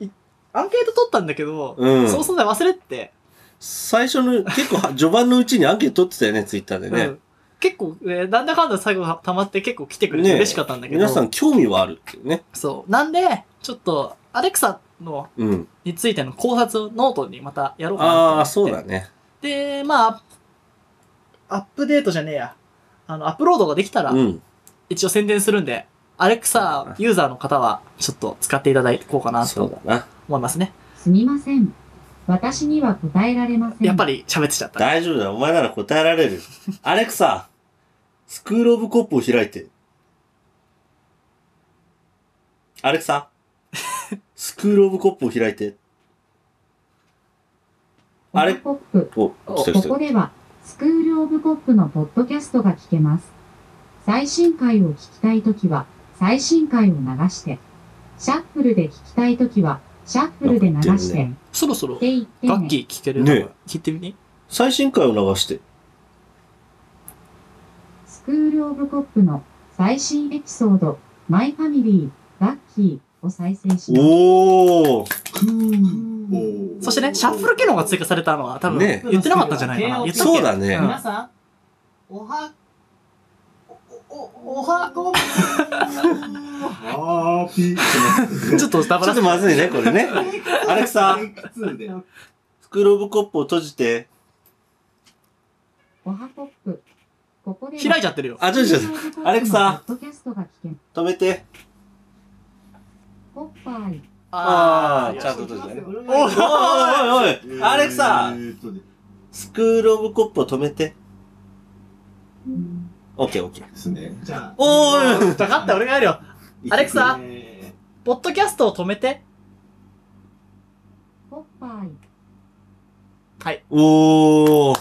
Speaker 2: いアンケート取ったんだけど、
Speaker 1: うん
Speaker 2: そうそうだ忘れてて、
Speaker 1: 最初の、結構は、序盤のうちにアンケート取ってたよね、ツイッターで
Speaker 2: う
Speaker 1: ね
Speaker 2: ん。結構、えーなんだかんだ最後溜まって結構来てくれて
Speaker 1: ねえ
Speaker 2: 嬉しかったんだけど、
Speaker 1: 皆さん興味はあるっていうね。
Speaker 2: そう。なんで、ちょっと、アレクサの、
Speaker 1: うん。
Speaker 2: についての考察をノートにまたやろうかなと思って。
Speaker 1: ああ、そうだね。
Speaker 2: で、まあ、アップデートじゃねえや。あの、アップロードができたら
Speaker 1: う、ん。
Speaker 2: 一応宣伝するんで、アレクサユーザーの方は、ちょっと使っていただこうかな
Speaker 1: そう
Speaker 2: と
Speaker 1: だな。
Speaker 2: 思いますね。
Speaker 3: すみません。私には答えられません。
Speaker 2: やっぱり喋ってちゃった。
Speaker 1: 大丈夫だ。お前なら答えられる。アレクサ、スクールオブコップを開いて。アレクサ、スクールオブコップを開いて。あれ
Speaker 3: オブコップ。
Speaker 1: お、来た来
Speaker 3: ここ
Speaker 1: た。
Speaker 3: では、スクールオブコップのポッドキャストが聞けます。最新回を聞きたいときは、最新回を流して。シャッフルで聞きたいときは、シャッフルで流して。
Speaker 1: な
Speaker 3: っ
Speaker 2: そろそろ
Speaker 3: て、言って
Speaker 2: 楽
Speaker 3: ね。
Speaker 2: 器聴ける
Speaker 1: ね
Speaker 2: 聞いてみて。
Speaker 1: 最新回を流して。
Speaker 3: スクールオブコップの最新エピソード、マイファミリー、ガッキーを再生します。
Speaker 1: おー。
Speaker 2: そしてね、シャッフル機能が追加されたのは多分、
Speaker 1: ね
Speaker 2: 言ってなかったんじゃないかな。言ったっけ
Speaker 1: そうだね
Speaker 2: ん
Speaker 4: 皆さん、おは、お、お、おはこ。ハーピー。
Speaker 2: ちょっとダブ
Speaker 1: ちょ
Speaker 2: ら
Speaker 1: っ
Speaker 2: せ
Speaker 1: とま
Speaker 2: て
Speaker 1: ずいね、これね。アレクサ、 スクールオブコップを閉じて。
Speaker 3: おはコップ。ここでは
Speaker 2: 開いちゃってるよ。
Speaker 1: あ、ちょっとちょっ
Speaker 3: と
Speaker 1: アレクサ
Speaker 3: ポッドキャストが聞けます
Speaker 1: と止めて。
Speaker 3: ポッパーイ。
Speaker 1: あーちゃんと閉じてね。おいおいおいおいアレクサ、スクールオブコップを止めて。オッケーオッケー。
Speaker 4: ですね。じゃあ、
Speaker 1: おーい
Speaker 2: 分かった、俺がやるよ。アレクサ
Speaker 4: え
Speaker 2: ポッドキャストを止めて。
Speaker 3: ポッパーイ。
Speaker 2: はい。
Speaker 1: おー。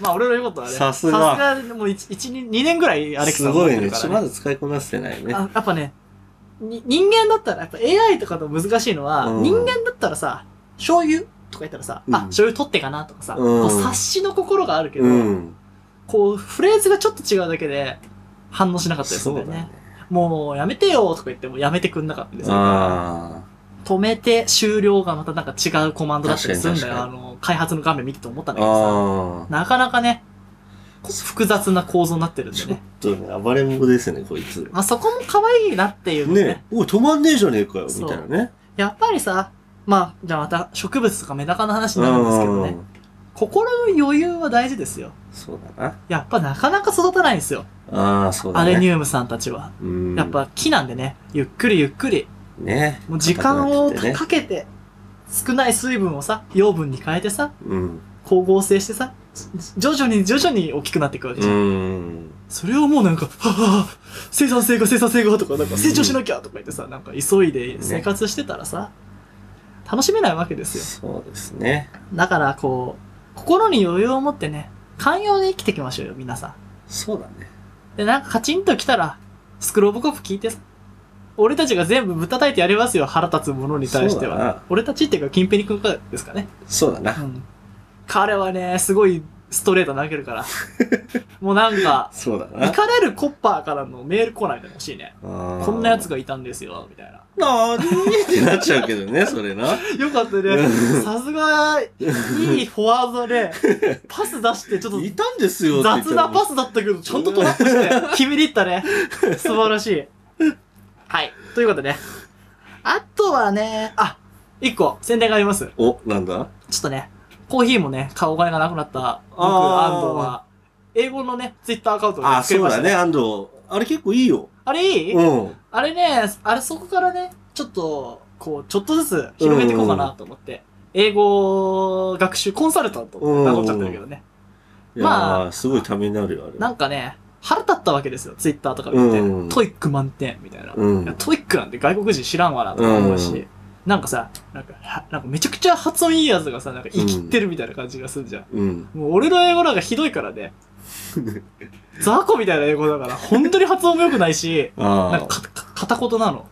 Speaker 2: まあ、俺の言うことはね。
Speaker 1: さすが
Speaker 2: さすが、もう一一二二年ぐらいアレクサ
Speaker 1: す
Speaker 2: 持っ
Speaker 1: ご
Speaker 2: て
Speaker 1: い
Speaker 2: る
Speaker 1: ね。
Speaker 2: か
Speaker 1: ち
Speaker 2: ら
Speaker 1: ょまだ使いこなせてないね。
Speaker 2: あやっぱね、に人間だったら、やっぱ AI とかと難しいのは、
Speaker 1: うん
Speaker 2: 人間だったらさ、醤油とか言ったらさ、
Speaker 1: うん
Speaker 2: あ、醤油取ってかなとかさ、
Speaker 1: うん
Speaker 2: こう察しの心があるけど、
Speaker 1: うん。
Speaker 2: こう、フレーズがちょっと違うだけで、反応しなかったりするんだよね。もう、やめてよとか言っても、やめてくんなかったりするから
Speaker 1: あ
Speaker 2: 止めて終了がまたなんか違うコマンドだったりするんだよ。
Speaker 1: 確
Speaker 2: あ
Speaker 1: かに
Speaker 2: の、開発の画面見てて思ったん
Speaker 1: あ。
Speaker 2: だけどさ、
Speaker 1: ああ。
Speaker 2: なかなかね、こ複雑な構造になってるんで
Speaker 1: ちょっ
Speaker 2: ね。
Speaker 1: とね、暴れん坊ですね、こいつ。
Speaker 2: まあ、そこも可愛いなっていうのね
Speaker 1: ねおい、止まんねえじゃねえかよ、
Speaker 2: そ
Speaker 1: み
Speaker 2: う
Speaker 1: たいなね。
Speaker 2: やっぱりさ、まあ、じゃあまた植物とかメダカの話になるんですけどね。心の余裕は大事ですよ。
Speaker 1: うん。そうだな。
Speaker 2: やっぱなかなか育たないんですよ。
Speaker 1: ああ、そうだ
Speaker 2: ア
Speaker 1: ね。
Speaker 2: レニウムさんたちは。
Speaker 1: うん
Speaker 2: やっ、ぱ木なんでね、ゆっくりゆっくり、
Speaker 1: ね
Speaker 2: もう時間
Speaker 1: 硬
Speaker 2: を
Speaker 1: くなってね
Speaker 2: かけて、少ない水分をさ、養分に変えてさ、
Speaker 1: うん。
Speaker 2: 光合成してさ、徐々に徐々に大きくなっていくわけ
Speaker 1: う
Speaker 2: じゃん。
Speaker 1: ん。
Speaker 2: それをもうなんか、はぁはぁ、生産性が生産性がとか、なんか成長しなきゃとか言ってさ、なんか急いで生活してたらさ、楽しめないわけですよ。
Speaker 1: そうですね。
Speaker 2: だからこう、心に余裕を持ってね、寛容で生きていきましょうよ、皆さ
Speaker 1: そうだね。
Speaker 2: ん。で、なんかカチンと来たら、スクローブコップ聞いてさ、俺たちが全部ぶったたいてやりますよ、腹立つものに対し
Speaker 1: そ
Speaker 2: て
Speaker 1: うだ
Speaker 2: は
Speaker 1: な。
Speaker 2: 俺たちっていうか、キンペニ君からですかね。
Speaker 1: そうだ
Speaker 2: う
Speaker 1: な。
Speaker 2: ん。彼はね、すごいストレート投げる から。もうなんか、
Speaker 1: そうだな
Speaker 2: イ。カれるコッパーからのメールコーナーみたいなの欲しいね。こ
Speaker 1: こ
Speaker 2: んなやつ。がいたんですよ、みたいな。
Speaker 1: なーにーってなっちゃうけ どね、それな。
Speaker 2: よかったね。さすが、いいフォワードで、パス出して、ちょっと
Speaker 1: いたんですよって言った
Speaker 2: 雑
Speaker 1: ら
Speaker 2: なパスだったけど、ちゃんとトラップして、決めに行ったね。素晴らしい。はい。ということ でね。あとはね、あ、一個宣伝があります。
Speaker 1: お、なんだ
Speaker 2: ちょっとね、コーヒーもね、買うお金がなくなった僕、
Speaker 1: あ
Speaker 2: 安
Speaker 1: ー
Speaker 2: 藤は、英語のね、ツイッターアカウントをね
Speaker 1: あ、
Speaker 2: 作り
Speaker 1: そう
Speaker 2: まし
Speaker 1: だ
Speaker 2: た
Speaker 1: ね、
Speaker 2: ね。
Speaker 1: 安藤。あれ結構いいよ。
Speaker 2: あれいい
Speaker 1: うん。
Speaker 2: あれね、あれそこからね、ちょっと、こう、ちょっとずつ広げていこうかなと思って、英語学習コンサルタントを名乗っちゃってるけどね。
Speaker 1: いや
Speaker 2: ま
Speaker 1: ー、すごいためになるよ、あれ。
Speaker 2: なんかね、腹立ったわけですよ、ツイッターとか見てて、
Speaker 1: うん
Speaker 2: トイック満点みたいな。
Speaker 1: うん
Speaker 2: いやトイックなんて外国人知らんわなとか思うし、
Speaker 1: うん
Speaker 2: なんかさ、なんか、はなんかめちゃくちゃ発音いいやつがさ、なんか生きってるみたいな感じがするじゃん。
Speaker 1: うん。
Speaker 2: もう俺の英語なんかひどいから ね。雑魚みたいな英語だから、本当に発音も良くないし、な
Speaker 1: あ
Speaker 2: ん
Speaker 1: あ。
Speaker 2: かかか片言なの。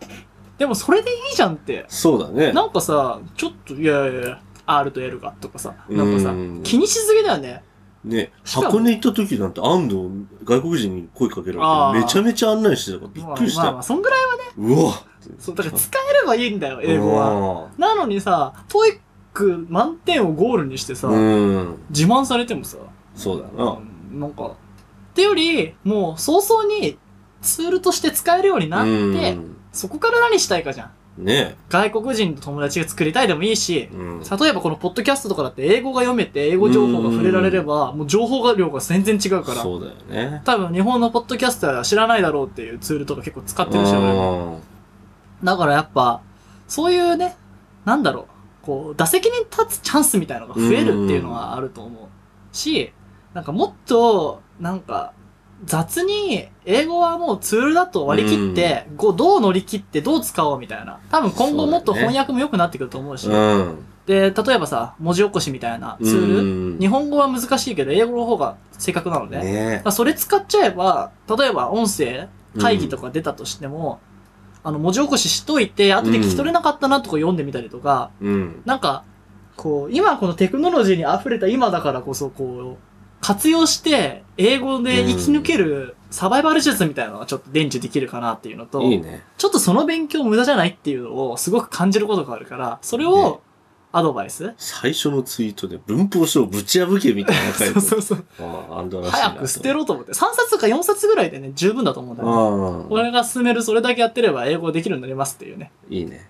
Speaker 2: でもそれでいいじゃんって。
Speaker 1: そうだね。
Speaker 2: なんかさ、ちょっと、いやいやいや、R と L がとかさ、なんかさ
Speaker 1: うん、
Speaker 2: 気にしすぎだよね。
Speaker 1: ね、
Speaker 2: しかも
Speaker 1: 箱根行った時なんて安藤、外国人に声かけ
Speaker 2: あ
Speaker 1: ら
Speaker 2: ー
Speaker 1: れて、めちゃめちゃ案内してたからびっくりし
Speaker 2: まあまあま
Speaker 1: た。
Speaker 2: あ、そんぐらいはね。
Speaker 1: うわ
Speaker 2: そう、だから使えればいいんだよ、英語は。
Speaker 1: は。
Speaker 2: なのにさ、トイック満点をゴールにしてさ、
Speaker 1: うん。
Speaker 2: 自慢されてもさ、
Speaker 1: そうだ
Speaker 2: う
Speaker 1: な。
Speaker 2: んなんか、ってより、もう早々にツールとして使えるようになって、
Speaker 1: うん
Speaker 2: そこから何したいかじゃん。
Speaker 1: ね
Speaker 2: 外国人の友達が作りたいでもいいし
Speaker 1: え、、うん
Speaker 2: 例えばこのポッドキャストとかだって英語が読めて、英語情報が触れられれば、もう情報量が全然違うから、
Speaker 1: そうだよね。
Speaker 2: 多分日本のポッドキャスターは知らないだろうっていうツールとか結構使ってるし、俺
Speaker 1: うん
Speaker 2: だからやっぱ、そういうね、なんだろう、こう、打席に立つチャンスみたいなのが増えるっていうのはあると思う。し、なんかもっと、なんか、雑に、英語はもうツールだと割り切って、こうどう乗り切ってどう使おうみたいな。多分今後もっと翻訳も良くなってくると思うし。
Speaker 1: うん。
Speaker 2: で、例えばさ、文字起こしみたいなツール、
Speaker 1: ー
Speaker 2: 日本語は難しいけど、英語の方が正確なので、
Speaker 1: ね
Speaker 2: だからそれ使っちゃえば、例えば音声、
Speaker 1: え
Speaker 2: 会議と
Speaker 1: か。
Speaker 2: か出たとしても、あの、文字起こししといて、後で聞き取れなかったなとか読んでみたりとか、
Speaker 1: うん。
Speaker 2: なんか、こう、今このテクノロジーに溢れた今だからこそ、こう、活用して、英語で生き抜けるサバイバル術みたいなのがちょっと伝授できるかなっていうのと、
Speaker 1: いいね。
Speaker 2: ちょっとその勉強無駄じゃないっていうのをすごく感じることがあるから、それをアドバイス、
Speaker 1: 最初のツイートで文法書をぶち破けみたいな書いて
Speaker 2: そう
Speaker 1: あ
Speaker 2: そ
Speaker 1: る
Speaker 2: うそう。
Speaker 1: ああ、あんだらしいな
Speaker 2: 早く捨てろと思って。3冊か4冊ぐらいでね、十分だと思うんだよ
Speaker 1: と。
Speaker 2: ね。
Speaker 1: うん。
Speaker 2: 俺が進めるそれだけやってれば英語できるようになりますっていうね。
Speaker 1: いいね。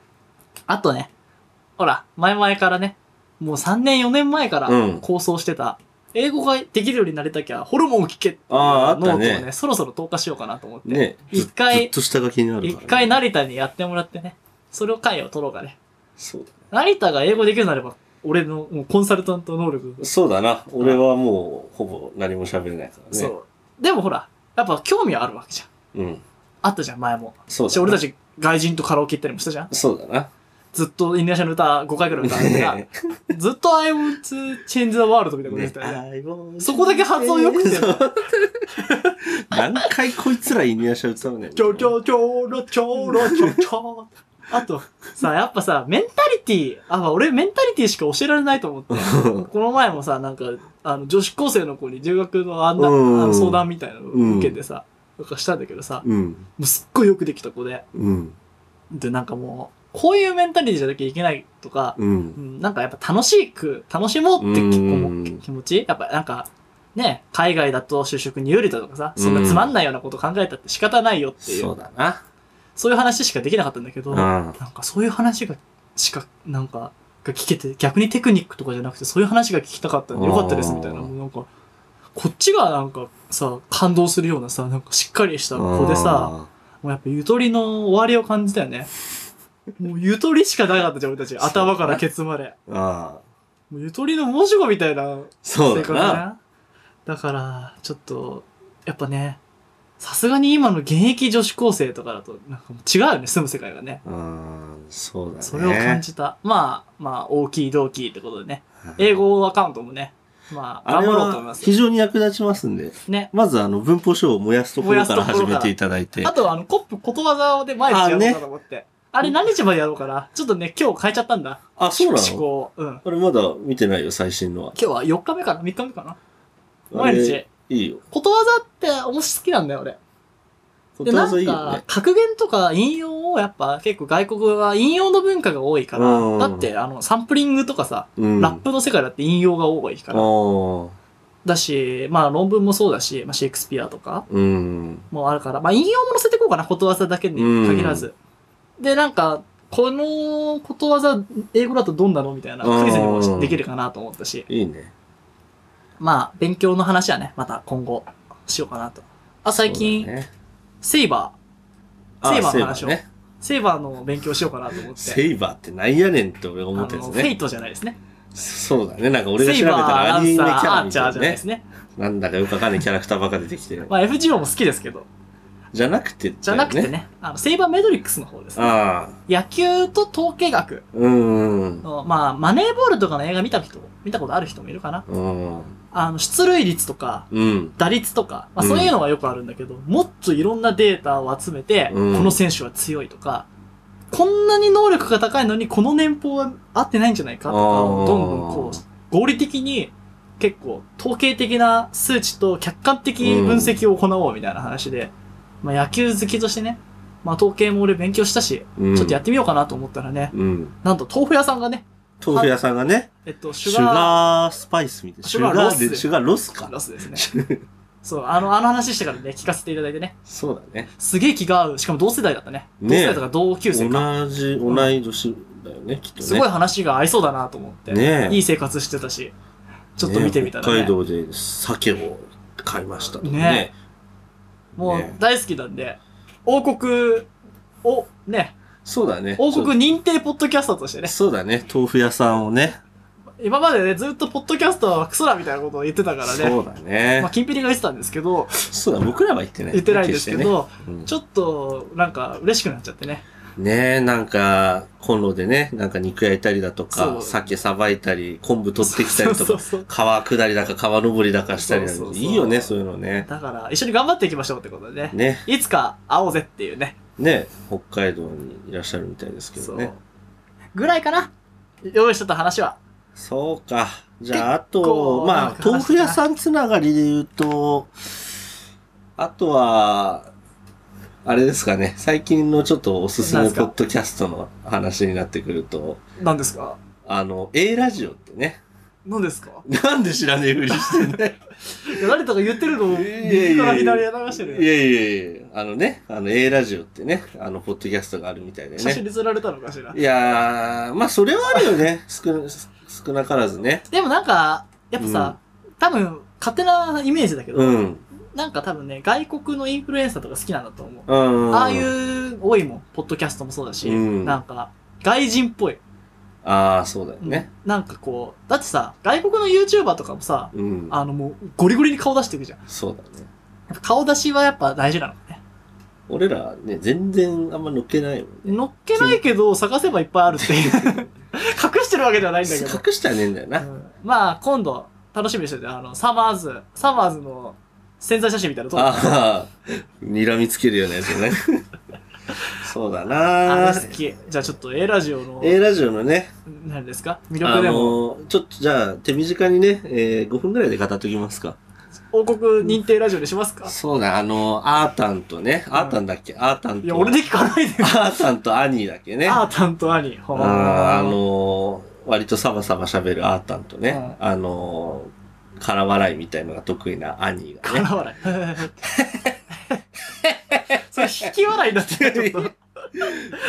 Speaker 2: あとね、ほら、前々からね、もう3年4年前から
Speaker 1: うん
Speaker 2: 構想してた、英語ができるようになりたきゃ、ホルモンを聞けっていう
Speaker 1: あーあった
Speaker 2: ノートを
Speaker 1: ね
Speaker 2: ね、そろそろ投下しようかなと思って、
Speaker 1: ねず
Speaker 2: 一回
Speaker 1: ずっと下書きになる
Speaker 2: 一
Speaker 1: からね。
Speaker 2: 回成田にやってもらってね、それを回を取ろうかね。
Speaker 1: そうだ
Speaker 2: 成田が英語できるようになれば、俺のもうコンサルタント能力が、
Speaker 1: ね。そうだな。俺はもう、ほぼ何も喋れないからね。
Speaker 2: そう。でもほら、やっぱ興味はあるわけじゃん。
Speaker 1: う。うん。
Speaker 2: あったじゃん、前も。
Speaker 1: そうだ
Speaker 2: し
Speaker 1: な
Speaker 2: 俺たち外人とカラオケ行ったりもしたじゃん。
Speaker 1: そうだな。
Speaker 2: ずっとインディアシャの歌5回くらい歌ってた。
Speaker 1: ね
Speaker 2: ずっと I want to change the world みたいなこと言ってたよね。 そこだけ発音良くて
Speaker 1: そう何回こいつらイニアシャ歌うねん。
Speaker 2: ちょちょちょろちょろちょちょ。あと、さ、やっぱさ、メンタリティ、あ、俺メンタリティしか教えられないと思って。この前もさ、なんか、あの、女子高生の子に留学のあんな、あ
Speaker 1: うん
Speaker 2: の相談みたいなのを受けてさ、なんかしたんだけどさ、
Speaker 1: うん。
Speaker 2: もうすっごいよくできた子で。
Speaker 1: うん。
Speaker 2: で、なんかもう、こういうメンタリティじゃなきゃいけないとか、
Speaker 1: うん
Speaker 2: う。んなんかやっぱ楽しく、楽しもうって結構も
Speaker 1: う
Speaker 2: うん気持ちやっぱなんか、ね、海外だと就職に有利だとかさ、そんなつまんないようなこと考えたって仕方ないよっていう、
Speaker 1: そうだな。
Speaker 2: そういう話しかできなかったんだけど、なん
Speaker 1: うん。
Speaker 2: かそういう話が、しか、なんか、が聞けて、逆にテクニックとかじゃなくて、そういう話が聞きたかったんでよかったですみたいな、
Speaker 1: あー
Speaker 2: もうなんか、こっちがなんかさ、感動するようなさ、なんかしっかりした子でさ、もうやっぱゆとりの終わりを感じたよね。もうゆとりしかなかったじゃん、俺たち。頭からケツまで。
Speaker 1: うん、ああ。
Speaker 2: もうゆとりの文字子みたいな
Speaker 1: そうだ
Speaker 2: ね
Speaker 1: な。
Speaker 2: だから、ちょっと、やっぱね、さすがに今の現役女子高生とかだと、なんかもう違うよね、住む世界がね。
Speaker 1: うん、そうだね。
Speaker 2: それを感じた。まあ、まあ、大きい同期ってことでね。
Speaker 1: うん。
Speaker 2: 英語アカウントもね、まあ、
Speaker 1: あ
Speaker 2: 頑
Speaker 1: れ
Speaker 2: 張ろうと思い
Speaker 1: は
Speaker 2: ます
Speaker 1: 非。常に役立ちますんで、
Speaker 2: ね。
Speaker 1: まずあの文法書を燃やすところから
Speaker 2: 燃やすと
Speaker 1: 始
Speaker 2: ころから
Speaker 1: めていただいて
Speaker 2: あ、とは、あの、コップことわざで毎日やろうかと思って。あれ何日までやろうかな。ちょっとね、今日変えちゃったんだ。
Speaker 1: あ、そうな
Speaker 2: 思
Speaker 1: の
Speaker 2: 考。うん。
Speaker 1: あれまだ見てないよ、最新のは。
Speaker 2: 今日は4日目かな ?3 日目かな
Speaker 1: あ
Speaker 2: 毎
Speaker 1: れ
Speaker 2: 日。
Speaker 1: いいよ。
Speaker 2: ことわざって面白好きなんだよ、俺。
Speaker 1: こと
Speaker 2: で、
Speaker 1: わ
Speaker 2: な
Speaker 1: ざい
Speaker 2: ん
Speaker 1: いよ
Speaker 2: か
Speaker 1: ね、。
Speaker 2: 格言とか引用をやっぱ結構外国は引用の文化が多いから、
Speaker 1: うん
Speaker 2: だってあの、サンプリングとかさ、
Speaker 1: うん。
Speaker 2: ラップの世界だって引用が多いから、
Speaker 1: あ
Speaker 2: だし、まあ論文もそうだし、まあシェイクスピアとか
Speaker 1: あ。うん。
Speaker 2: もあるから、まあ引用も載せてこうかな、ことわざだけに限らず。で、なんか、このことわざ、英語だとどんなのみたいなクイズにもできるかなと思ったし、
Speaker 1: いいね。
Speaker 2: まあ勉強の話はね、また今後しようかなと。あ、最近、
Speaker 1: そうだね
Speaker 2: セイバー、
Speaker 1: あ
Speaker 2: セイバーの話を
Speaker 1: セイバね
Speaker 2: セイバーの勉強しようかなと思って。
Speaker 1: セイバーってなんやねんって俺が
Speaker 2: あ
Speaker 1: 思ったやつ
Speaker 2: のフェ
Speaker 1: ね
Speaker 2: イ。トじゃないですね。
Speaker 1: そうだね。なんか俺が調べ
Speaker 2: セ
Speaker 1: た
Speaker 2: イバー
Speaker 1: らアニメキャラ
Speaker 2: アン
Speaker 1: み
Speaker 2: サー
Speaker 1: た
Speaker 2: アー
Speaker 1: い
Speaker 2: チャー
Speaker 1: な
Speaker 2: じゃないで
Speaker 1: ね
Speaker 2: す。ね。
Speaker 1: なんだかよくわかんないキャラクターばっか出てきてる。
Speaker 2: まあ FGO も好きですけど、
Speaker 1: じゃなくてだよね、
Speaker 2: じゃなくてね、あの、セイバーメトリックスの方ですね。
Speaker 1: ああ。
Speaker 2: 野球と統計学
Speaker 1: うん。
Speaker 2: の、まあ、マネーボールとかの映画見た人、見たことある人もいるかな。
Speaker 1: うん。
Speaker 2: あの、出塁率とか、
Speaker 1: うん。
Speaker 2: 打率とか、まあそういうのがよくあるんだけど、もっといろんなデータを集めて、
Speaker 1: うん
Speaker 2: この選手は強いとか、こんなに能力が高いのにこの年俸は合ってないんじゃないかとかをどんどんこ
Speaker 1: あー
Speaker 2: う、合理的に結構統計的な数値と客観的分析を行おうみたいな話で、まあ野球好きとしてね、まあ統計も俺勉強したし、
Speaker 1: うん
Speaker 2: ちょっとやってみようかなと思ったらね、
Speaker 1: うん。
Speaker 2: なんと豆腐屋さんがね、
Speaker 1: 豆腐屋さんがね、
Speaker 2: えっと、シ
Speaker 1: シ
Speaker 2: ュ
Speaker 1: ュ
Speaker 2: ガー
Speaker 1: ガースパイスみたいな。
Speaker 2: シュガーロス
Speaker 1: シュガーでシュガーロスか。
Speaker 2: ロスですね。そう、あの、あの話してからね、聞かせていただいてね。
Speaker 1: そうだね。
Speaker 2: すげえ気が合う。しかも同世代だったね。
Speaker 1: ねえ
Speaker 2: 同世代とか同級生か。
Speaker 1: 同じ、同い年だよね、きっとね。
Speaker 2: すごい話が合いそうだなと思って。
Speaker 1: ねえ
Speaker 2: いい生活してたし。ちょっと見てみたら
Speaker 1: ね
Speaker 2: ね。
Speaker 1: 北海道で鮭を買いましたとかね。
Speaker 2: ねもう
Speaker 1: ね
Speaker 2: 大好きなんで、王国を、ね、
Speaker 1: そうだね。
Speaker 2: 王
Speaker 1: ちょっ
Speaker 2: 国認定ポッドキャスターとして
Speaker 1: と
Speaker 2: ね、
Speaker 1: そうだね。豆腐屋さんをね。
Speaker 2: 今までね、ずっとポッドキャスターはクソだみたいなことを言ってたからね、
Speaker 1: そうだね。
Speaker 2: まあ、キンピリが言ってたんですけど、
Speaker 1: そうだ、僕らは言ってない。
Speaker 2: 言ってないんですけ
Speaker 1: 決
Speaker 2: ど、
Speaker 1: してね、うん
Speaker 2: ちょっと、なんか、嬉しくなっちゃってね。
Speaker 1: ねえ、なんか、コンロでね、なんか肉焼いたりだと
Speaker 2: そ
Speaker 1: か、
Speaker 2: う
Speaker 1: 鮭さばいたり、昆布取ってきたりと
Speaker 2: そう
Speaker 1: か、
Speaker 2: そうそう
Speaker 1: 川下りだか川登りだかしたりなんて
Speaker 2: そうそうそう
Speaker 1: いいよね、そういうのね。
Speaker 2: だから、一緒に頑張っていきましょうってことでね。
Speaker 1: ね、
Speaker 2: いつか会おうぜっていうね。
Speaker 1: ね、北海道にいらっしゃるみたいですけ
Speaker 2: そ
Speaker 1: ど
Speaker 2: う。
Speaker 1: ね。
Speaker 2: ぐらいかな用意してた話は。
Speaker 1: そうか。じゃあ、あ
Speaker 2: 結構
Speaker 1: と、ま
Speaker 2: なん
Speaker 1: あ、
Speaker 2: か話したな
Speaker 1: 豆腐屋さんつながりで言うと、あとは、あれですかね、最近のちょっとおすす
Speaker 2: なん
Speaker 1: め
Speaker 2: ですか
Speaker 1: ポッドキャストの話になってくると、
Speaker 2: 何ですか
Speaker 1: あの、A ラジオってね、
Speaker 2: 何ですか
Speaker 1: なんで知らねえふりしてね。
Speaker 2: いや誰とか言ってるのを
Speaker 1: い
Speaker 2: 右から左へ流して
Speaker 1: い
Speaker 2: る。
Speaker 1: やいやいや、あのね、あの A ラジオってね、あの、ポッドキャストがあるみたいで
Speaker 2: 写真
Speaker 1: ね。
Speaker 2: に釣られたのかしら
Speaker 1: い。やー、まあ、それはあるよね。少な、少なからずね。
Speaker 2: でもなんか、やっぱさ、多分、勝手なイメージだけど、
Speaker 1: うん。
Speaker 2: なんか多分ね、外国のインフルエンサーとか好きなんだと思う。
Speaker 1: うん。
Speaker 2: ああい。う、多いもん。ポッドキャストもそうだし、
Speaker 1: うん
Speaker 2: なんか、外人っぽい。
Speaker 1: ああ、そうだよね。
Speaker 2: なんかこう、だってさ、外国の YouTuber とかもさ、
Speaker 1: うん。
Speaker 2: あのもう、ゴリゴリに顔出していくじゃん。
Speaker 1: そうだね。
Speaker 2: やっぱ顔出しはやっぱ大事なのね。
Speaker 1: 俺らね、全然あんま乗っけないもんね。
Speaker 2: 乗っけないけど、探せばいっぱいあるって いう。隠してるわけではないんだけど。
Speaker 1: 隠してはねえんだよな。
Speaker 2: うんまあ、今度、楽しみにしてて、あの、サマーズ、サマーズの潜在写真みたいなの撮って
Speaker 1: ああ、睨みつけるようなやつ ね。そうだな
Speaker 2: あれ好き。じゃあちょっと A ラジオの、
Speaker 1: A ラジオのね、
Speaker 2: 何ですか魅
Speaker 1: あ
Speaker 2: 力でも、
Speaker 1: のーちょっとじゃあ手短にね、えー5分ぐらいで語っときますか。
Speaker 2: 王国認定ラジオにしますか
Speaker 1: そうだ、あのーアータンとね、
Speaker 2: ん
Speaker 1: アータンだっけ、アータンと。
Speaker 2: いや、俺で聞かないでよ。
Speaker 1: アータンとアニーだっけね。
Speaker 2: ア
Speaker 1: あ
Speaker 2: ータンとアニー。ほう
Speaker 1: ーあのー割とサバサバ喋るアータンとね、
Speaker 2: うん
Speaker 1: あのー空笑いみたいのが得意なアニーがね。
Speaker 2: 空笑い。それ引き笑いだって、ち ょっと。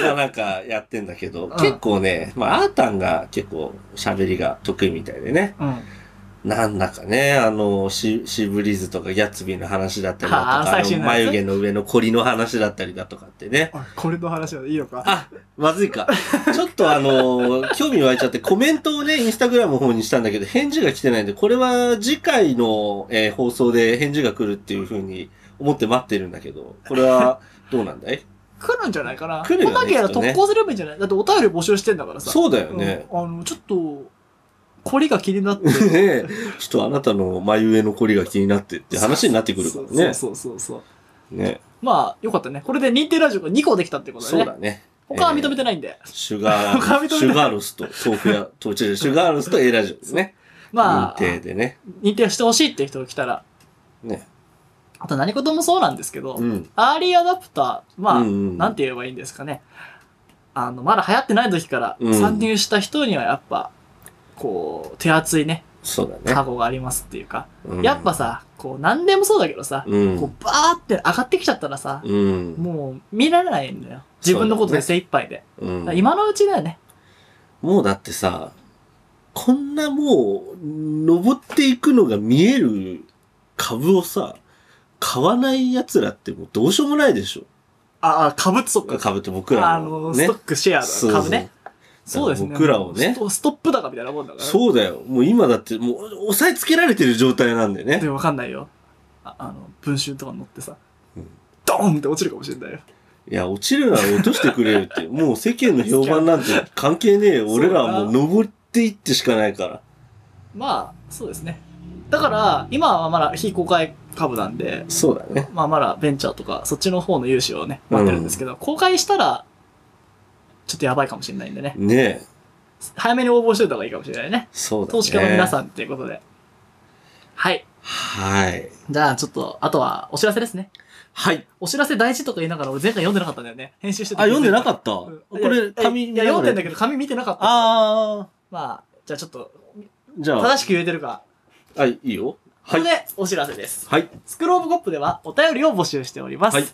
Speaker 1: まあなんかやってんだけど、
Speaker 2: ん
Speaker 1: 結構ね、まあアータンが結構喋りが得意みたいでね。
Speaker 2: うん。
Speaker 1: なんだかね、あの、シシーブリーズとかギャッツビーの話だったりだと
Speaker 2: あー
Speaker 1: か、あ
Speaker 2: 最新
Speaker 1: の
Speaker 2: のやつ
Speaker 1: 眉毛の上のコリの話だったりだとかってね。
Speaker 2: おいこれの話はいいのか
Speaker 1: あ、まずいか。ちょっとあの、興味湧いちゃってコメントをね、インスタグラムの方にしたんだけど、返事が来てないんで、これは次回の、えー放送で返事が来るっていうふうに思って待ってるんだけど、これはどうなんだい
Speaker 2: 来るんじゃないかな。
Speaker 1: 来るよね
Speaker 2: 来なければ
Speaker 1: きっとね
Speaker 2: 特攻すればいいんじゃないだってお便り募集してんだからさ。
Speaker 1: そうだよね。
Speaker 2: うんあの、ちょっと、これが気になって。
Speaker 1: ねえちょっとあなたの眉上のコリが気になってって話になってくるからね。
Speaker 2: そうそうそうそう。
Speaker 1: ね
Speaker 2: まあ、よかったね。これで認定ラジオが2個できたってことだ
Speaker 1: そう
Speaker 2: ね。
Speaker 1: だね。
Speaker 2: 他は認めてないんで。
Speaker 1: シュガ
Speaker 2: 他は認め
Speaker 1: ー、
Speaker 2: ない
Speaker 1: シュガーロスと豆腐屋、と違うシュガーロスと A ラジオですね。
Speaker 2: まあ、
Speaker 1: 認定でね。
Speaker 2: 認定してほしいっていう人が来たら。
Speaker 1: ね。
Speaker 2: あと何事もそうなんですけど、
Speaker 1: うん。
Speaker 2: アーリーアダプター、まあ、
Speaker 1: うんうん
Speaker 2: なんて言えばいいんですかね。あの、まだ流行ってない時から
Speaker 1: うん
Speaker 2: 参入した人にはやっぱ、こう、手厚いね、
Speaker 1: そうだね
Speaker 2: 過。去がありますっていうか、
Speaker 1: うん
Speaker 2: やっぱ、さ、こう、何でもそうだけどさ、
Speaker 1: うん。
Speaker 2: こう、バーって上がってきちゃったらさ、
Speaker 1: うん。
Speaker 2: もう見られないんだよ。自分のことで精一杯で。
Speaker 1: うん
Speaker 2: だから今のうちだよね。
Speaker 1: もうだってさ、こんなもう、登っていくのが見える株をさ、買わない奴らってもうどうしようもないでしょ。
Speaker 2: ああ、株そっか。
Speaker 1: 株って僕ら
Speaker 2: あの、
Speaker 1: の、
Speaker 2: ス
Speaker 1: ね
Speaker 2: トッ。クシェア
Speaker 1: そう
Speaker 2: の株ね。そうですね。
Speaker 1: 僕らをね
Speaker 2: ストストップ高みたいなもんだから。
Speaker 1: そうだよ。もう今だって、もう、押さえつけられてる状態なんだよね
Speaker 2: で。わかんないよ。ああの、文春とかに乗ってさ
Speaker 1: うん、
Speaker 2: ドーンって落ちるかもしれないよ。
Speaker 1: いや、落ちるなら落としてくれよ って。もう世間の評判なんて関係ねえよ。
Speaker 2: そうだ
Speaker 1: 俺らはもう登っていってしかないから。
Speaker 2: まあ、そうですね。だから、今はまだ非公開株なんで、
Speaker 1: そうだね。
Speaker 2: まあまだベンチャーとか、そっちの方の融資をね、待ってるんですけど、公開したら、ちょっとやばいかもしれないんでね。
Speaker 1: ねえ。
Speaker 2: 早めに応募しといた方がいいかもしれないね。
Speaker 1: そうだね。
Speaker 2: 投資家の皆
Speaker 1: ん。
Speaker 2: さんっていうことで。はい。
Speaker 1: はい。
Speaker 2: じゃあ、ちょっと、あとはお知らせですね。
Speaker 1: はい。
Speaker 2: お知らせ大事とか言いながら、俺前回読んでなかったんだよね。編集して
Speaker 1: あ、読んでなか
Speaker 2: っ
Speaker 1: った。
Speaker 2: うん
Speaker 1: こ
Speaker 2: い
Speaker 1: れ
Speaker 2: や、
Speaker 1: 紙
Speaker 2: いや、読んでんだ
Speaker 1: けど。
Speaker 2: けど、紙見てなかった。
Speaker 1: あ
Speaker 2: まあ、じゃあちょっと、
Speaker 1: あ。じゃあ、
Speaker 2: 正しく言えてるか。
Speaker 1: あ、いいよ。
Speaker 2: ここでお知らせです。
Speaker 1: はい。
Speaker 2: スクローブコップではお便りを募集しております。
Speaker 1: はい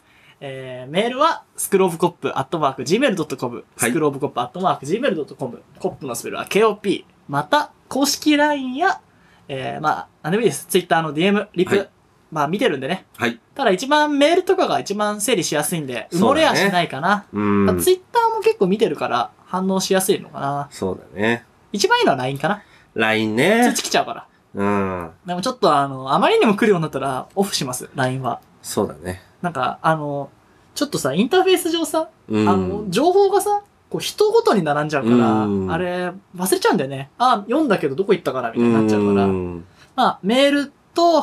Speaker 2: えー、メールは、スクローブコップアットマーク Gmail.com、
Speaker 1: はい
Speaker 2: スクローブコップアットマーク Gmail.com、コップのスペルは KOP、また、公式 LINE や、えー、まあ、何でもいいです。Twitter の DM、リプ、
Speaker 1: はい
Speaker 2: まあ見てるんでね。
Speaker 1: はい。
Speaker 2: ただ一番メールとかが一番整理しやすいんで、埋もれやしないかな。
Speaker 1: うん。
Speaker 2: ツイッターも結構見てるから反応しやすいのかな。
Speaker 1: そうだね。
Speaker 2: 一番いいのは LINE かな。
Speaker 1: LINE
Speaker 2: 通
Speaker 1: ね。
Speaker 2: 知来ちゃうから。
Speaker 1: うん。
Speaker 2: でもちょっとあの、あまりにも来るようになったらオフします、LINE は。
Speaker 1: そうだね。
Speaker 2: なんか、あの、ちょっとさ、インターフェース上さ、
Speaker 1: うん。
Speaker 2: あの、情報がさ、こう、人ごとに並んじゃうから、
Speaker 1: うん
Speaker 2: あれ、忘れちゃうんだよね。あ、読んだけどどこ行ったから、みたいになっちゃうから。
Speaker 1: うん。
Speaker 2: まあ、メールと、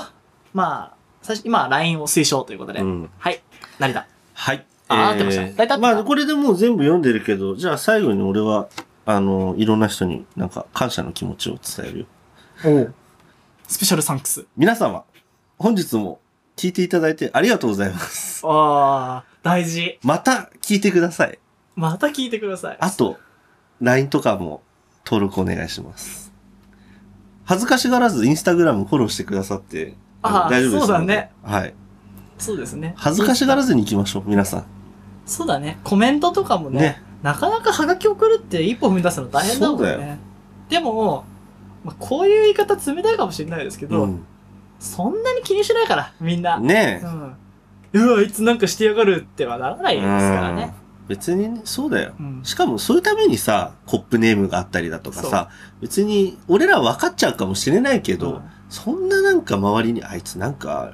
Speaker 2: まあ、最初、今、LINE を推奨ということで。
Speaker 1: うん
Speaker 2: はい。成田。
Speaker 1: はい。
Speaker 2: あー合っ
Speaker 1: えー
Speaker 2: てました大体合ってた
Speaker 1: まあ、これでもう全部読んでるけど、じゃあ最後に俺は、あの、いろんな人になんか感謝の気持ちを伝えるよ。
Speaker 2: スペシャルサンクス。
Speaker 1: 皆様、本日も聞いていただいてありがとうございます。
Speaker 2: ああ、大事。
Speaker 1: また聞いてください。
Speaker 2: また聞いてください。
Speaker 1: あと、LINE とかも登録お願いします。恥ずかしがらず、インスタグラムフォローしてくださって、
Speaker 2: あー
Speaker 1: 大丈夫です
Speaker 2: そうだね。
Speaker 1: はい。
Speaker 2: そうですね。
Speaker 1: 恥ずかしがらずに行きましょう、皆さ
Speaker 2: そうだね。コメントとかも
Speaker 1: ん。
Speaker 2: ね、
Speaker 1: ね。
Speaker 2: なかなかハガキ送るって一歩踏み出すの大変だもん
Speaker 1: そうだ
Speaker 2: ね。でも、まあ、こういう言い方冷たいかもしれないですけど、
Speaker 1: うん
Speaker 2: そんなに気にしないから、みんな。
Speaker 1: ね
Speaker 2: うん。うわ、あいつなんかしてやがるってはならない
Speaker 1: え。
Speaker 2: ですからね。
Speaker 1: うん別にね、そうだよ。
Speaker 2: うん。
Speaker 1: しかも、そういうためにさ、コップネームがあったりだとかさ、別に、俺ら分かっちゃうかもしれないけど、そんななんか周りに、あいつなんか、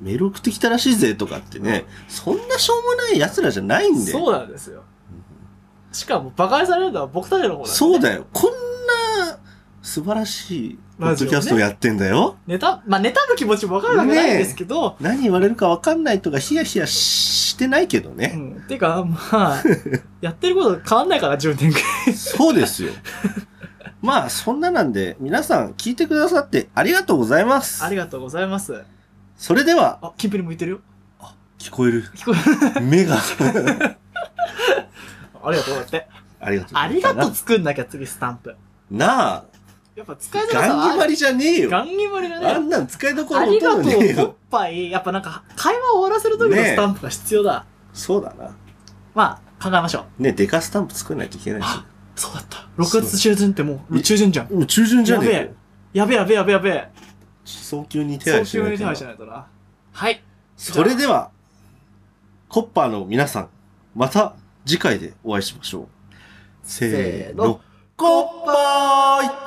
Speaker 1: メール送ってきたらしいぜとかってね、そんなしょうもない奴らじゃない
Speaker 2: うん
Speaker 1: んで。
Speaker 2: そうなんですよ。しかも、馬鹿にされるのは僕たちの方だ、ね。
Speaker 1: そう
Speaker 2: よ。
Speaker 1: だよ。こんな素晴らしいポッドキャストをやってんだよ。
Speaker 2: ネタ、まあ、ネタの気持ちもわかるわけないんですけど、
Speaker 1: 何言われるかわかんないとかヒヤヒヤしてないけど
Speaker 2: う
Speaker 1: ね。
Speaker 2: ん。てか、ま あ、やってること変わんないから、10年くらい。
Speaker 1: そうです よ。まあそんななんで皆さん聞いてくださってありがとうございます
Speaker 2: あ。りがとうございます。
Speaker 1: それでは
Speaker 2: あ、キンプリ向いてるよ。
Speaker 1: 聞こえる
Speaker 2: 聞こ
Speaker 1: 目が
Speaker 2: ありがとうだって。
Speaker 1: ありがとう。
Speaker 2: ありがとう。作んなきゃ次スタンプ。
Speaker 1: なあ、
Speaker 2: やっぱ使いづらさ
Speaker 1: ガンギバ
Speaker 2: は
Speaker 1: リじゃねえよ。
Speaker 2: ガンギバリが
Speaker 1: あ
Speaker 2: ね。
Speaker 1: んなん使いどころ
Speaker 2: ありが
Speaker 1: ほ
Speaker 2: とう、
Speaker 1: と
Speaker 2: ポ
Speaker 1: んどねえ
Speaker 2: ッ
Speaker 1: よ。
Speaker 2: パイ。やっぱなんか、会話を終わらせる時の
Speaker 1: ねえ
Speaker 2: スタンプが必要だ。
Speaker 1: そうだな。
Speaker 2: まあ、考えましょう。
Speaker 1: ねデカスタンプ作んないといけないし。
Speaker 2: あそうだった。6月中旬ってもう、中旬じゃん。
Speaker 1: もう中旬じゃねえ
Speaker 2: やべ
Speaker 1: よ
Speaker 2: え。やべえやべえやべえやべえ。
Speaker 1: 早急に手
Speaker 2: 早
Speaker 1: 配しな
Speaker 2: 急
Speaker 1: いと
Speaker 2: に手
Speaker 1: な
Speaker 2: 配しないとな。はい。
Speaker 1: それでは、コッパーの皆さん、また次回でお会いしましょう。せーの、コッパーイ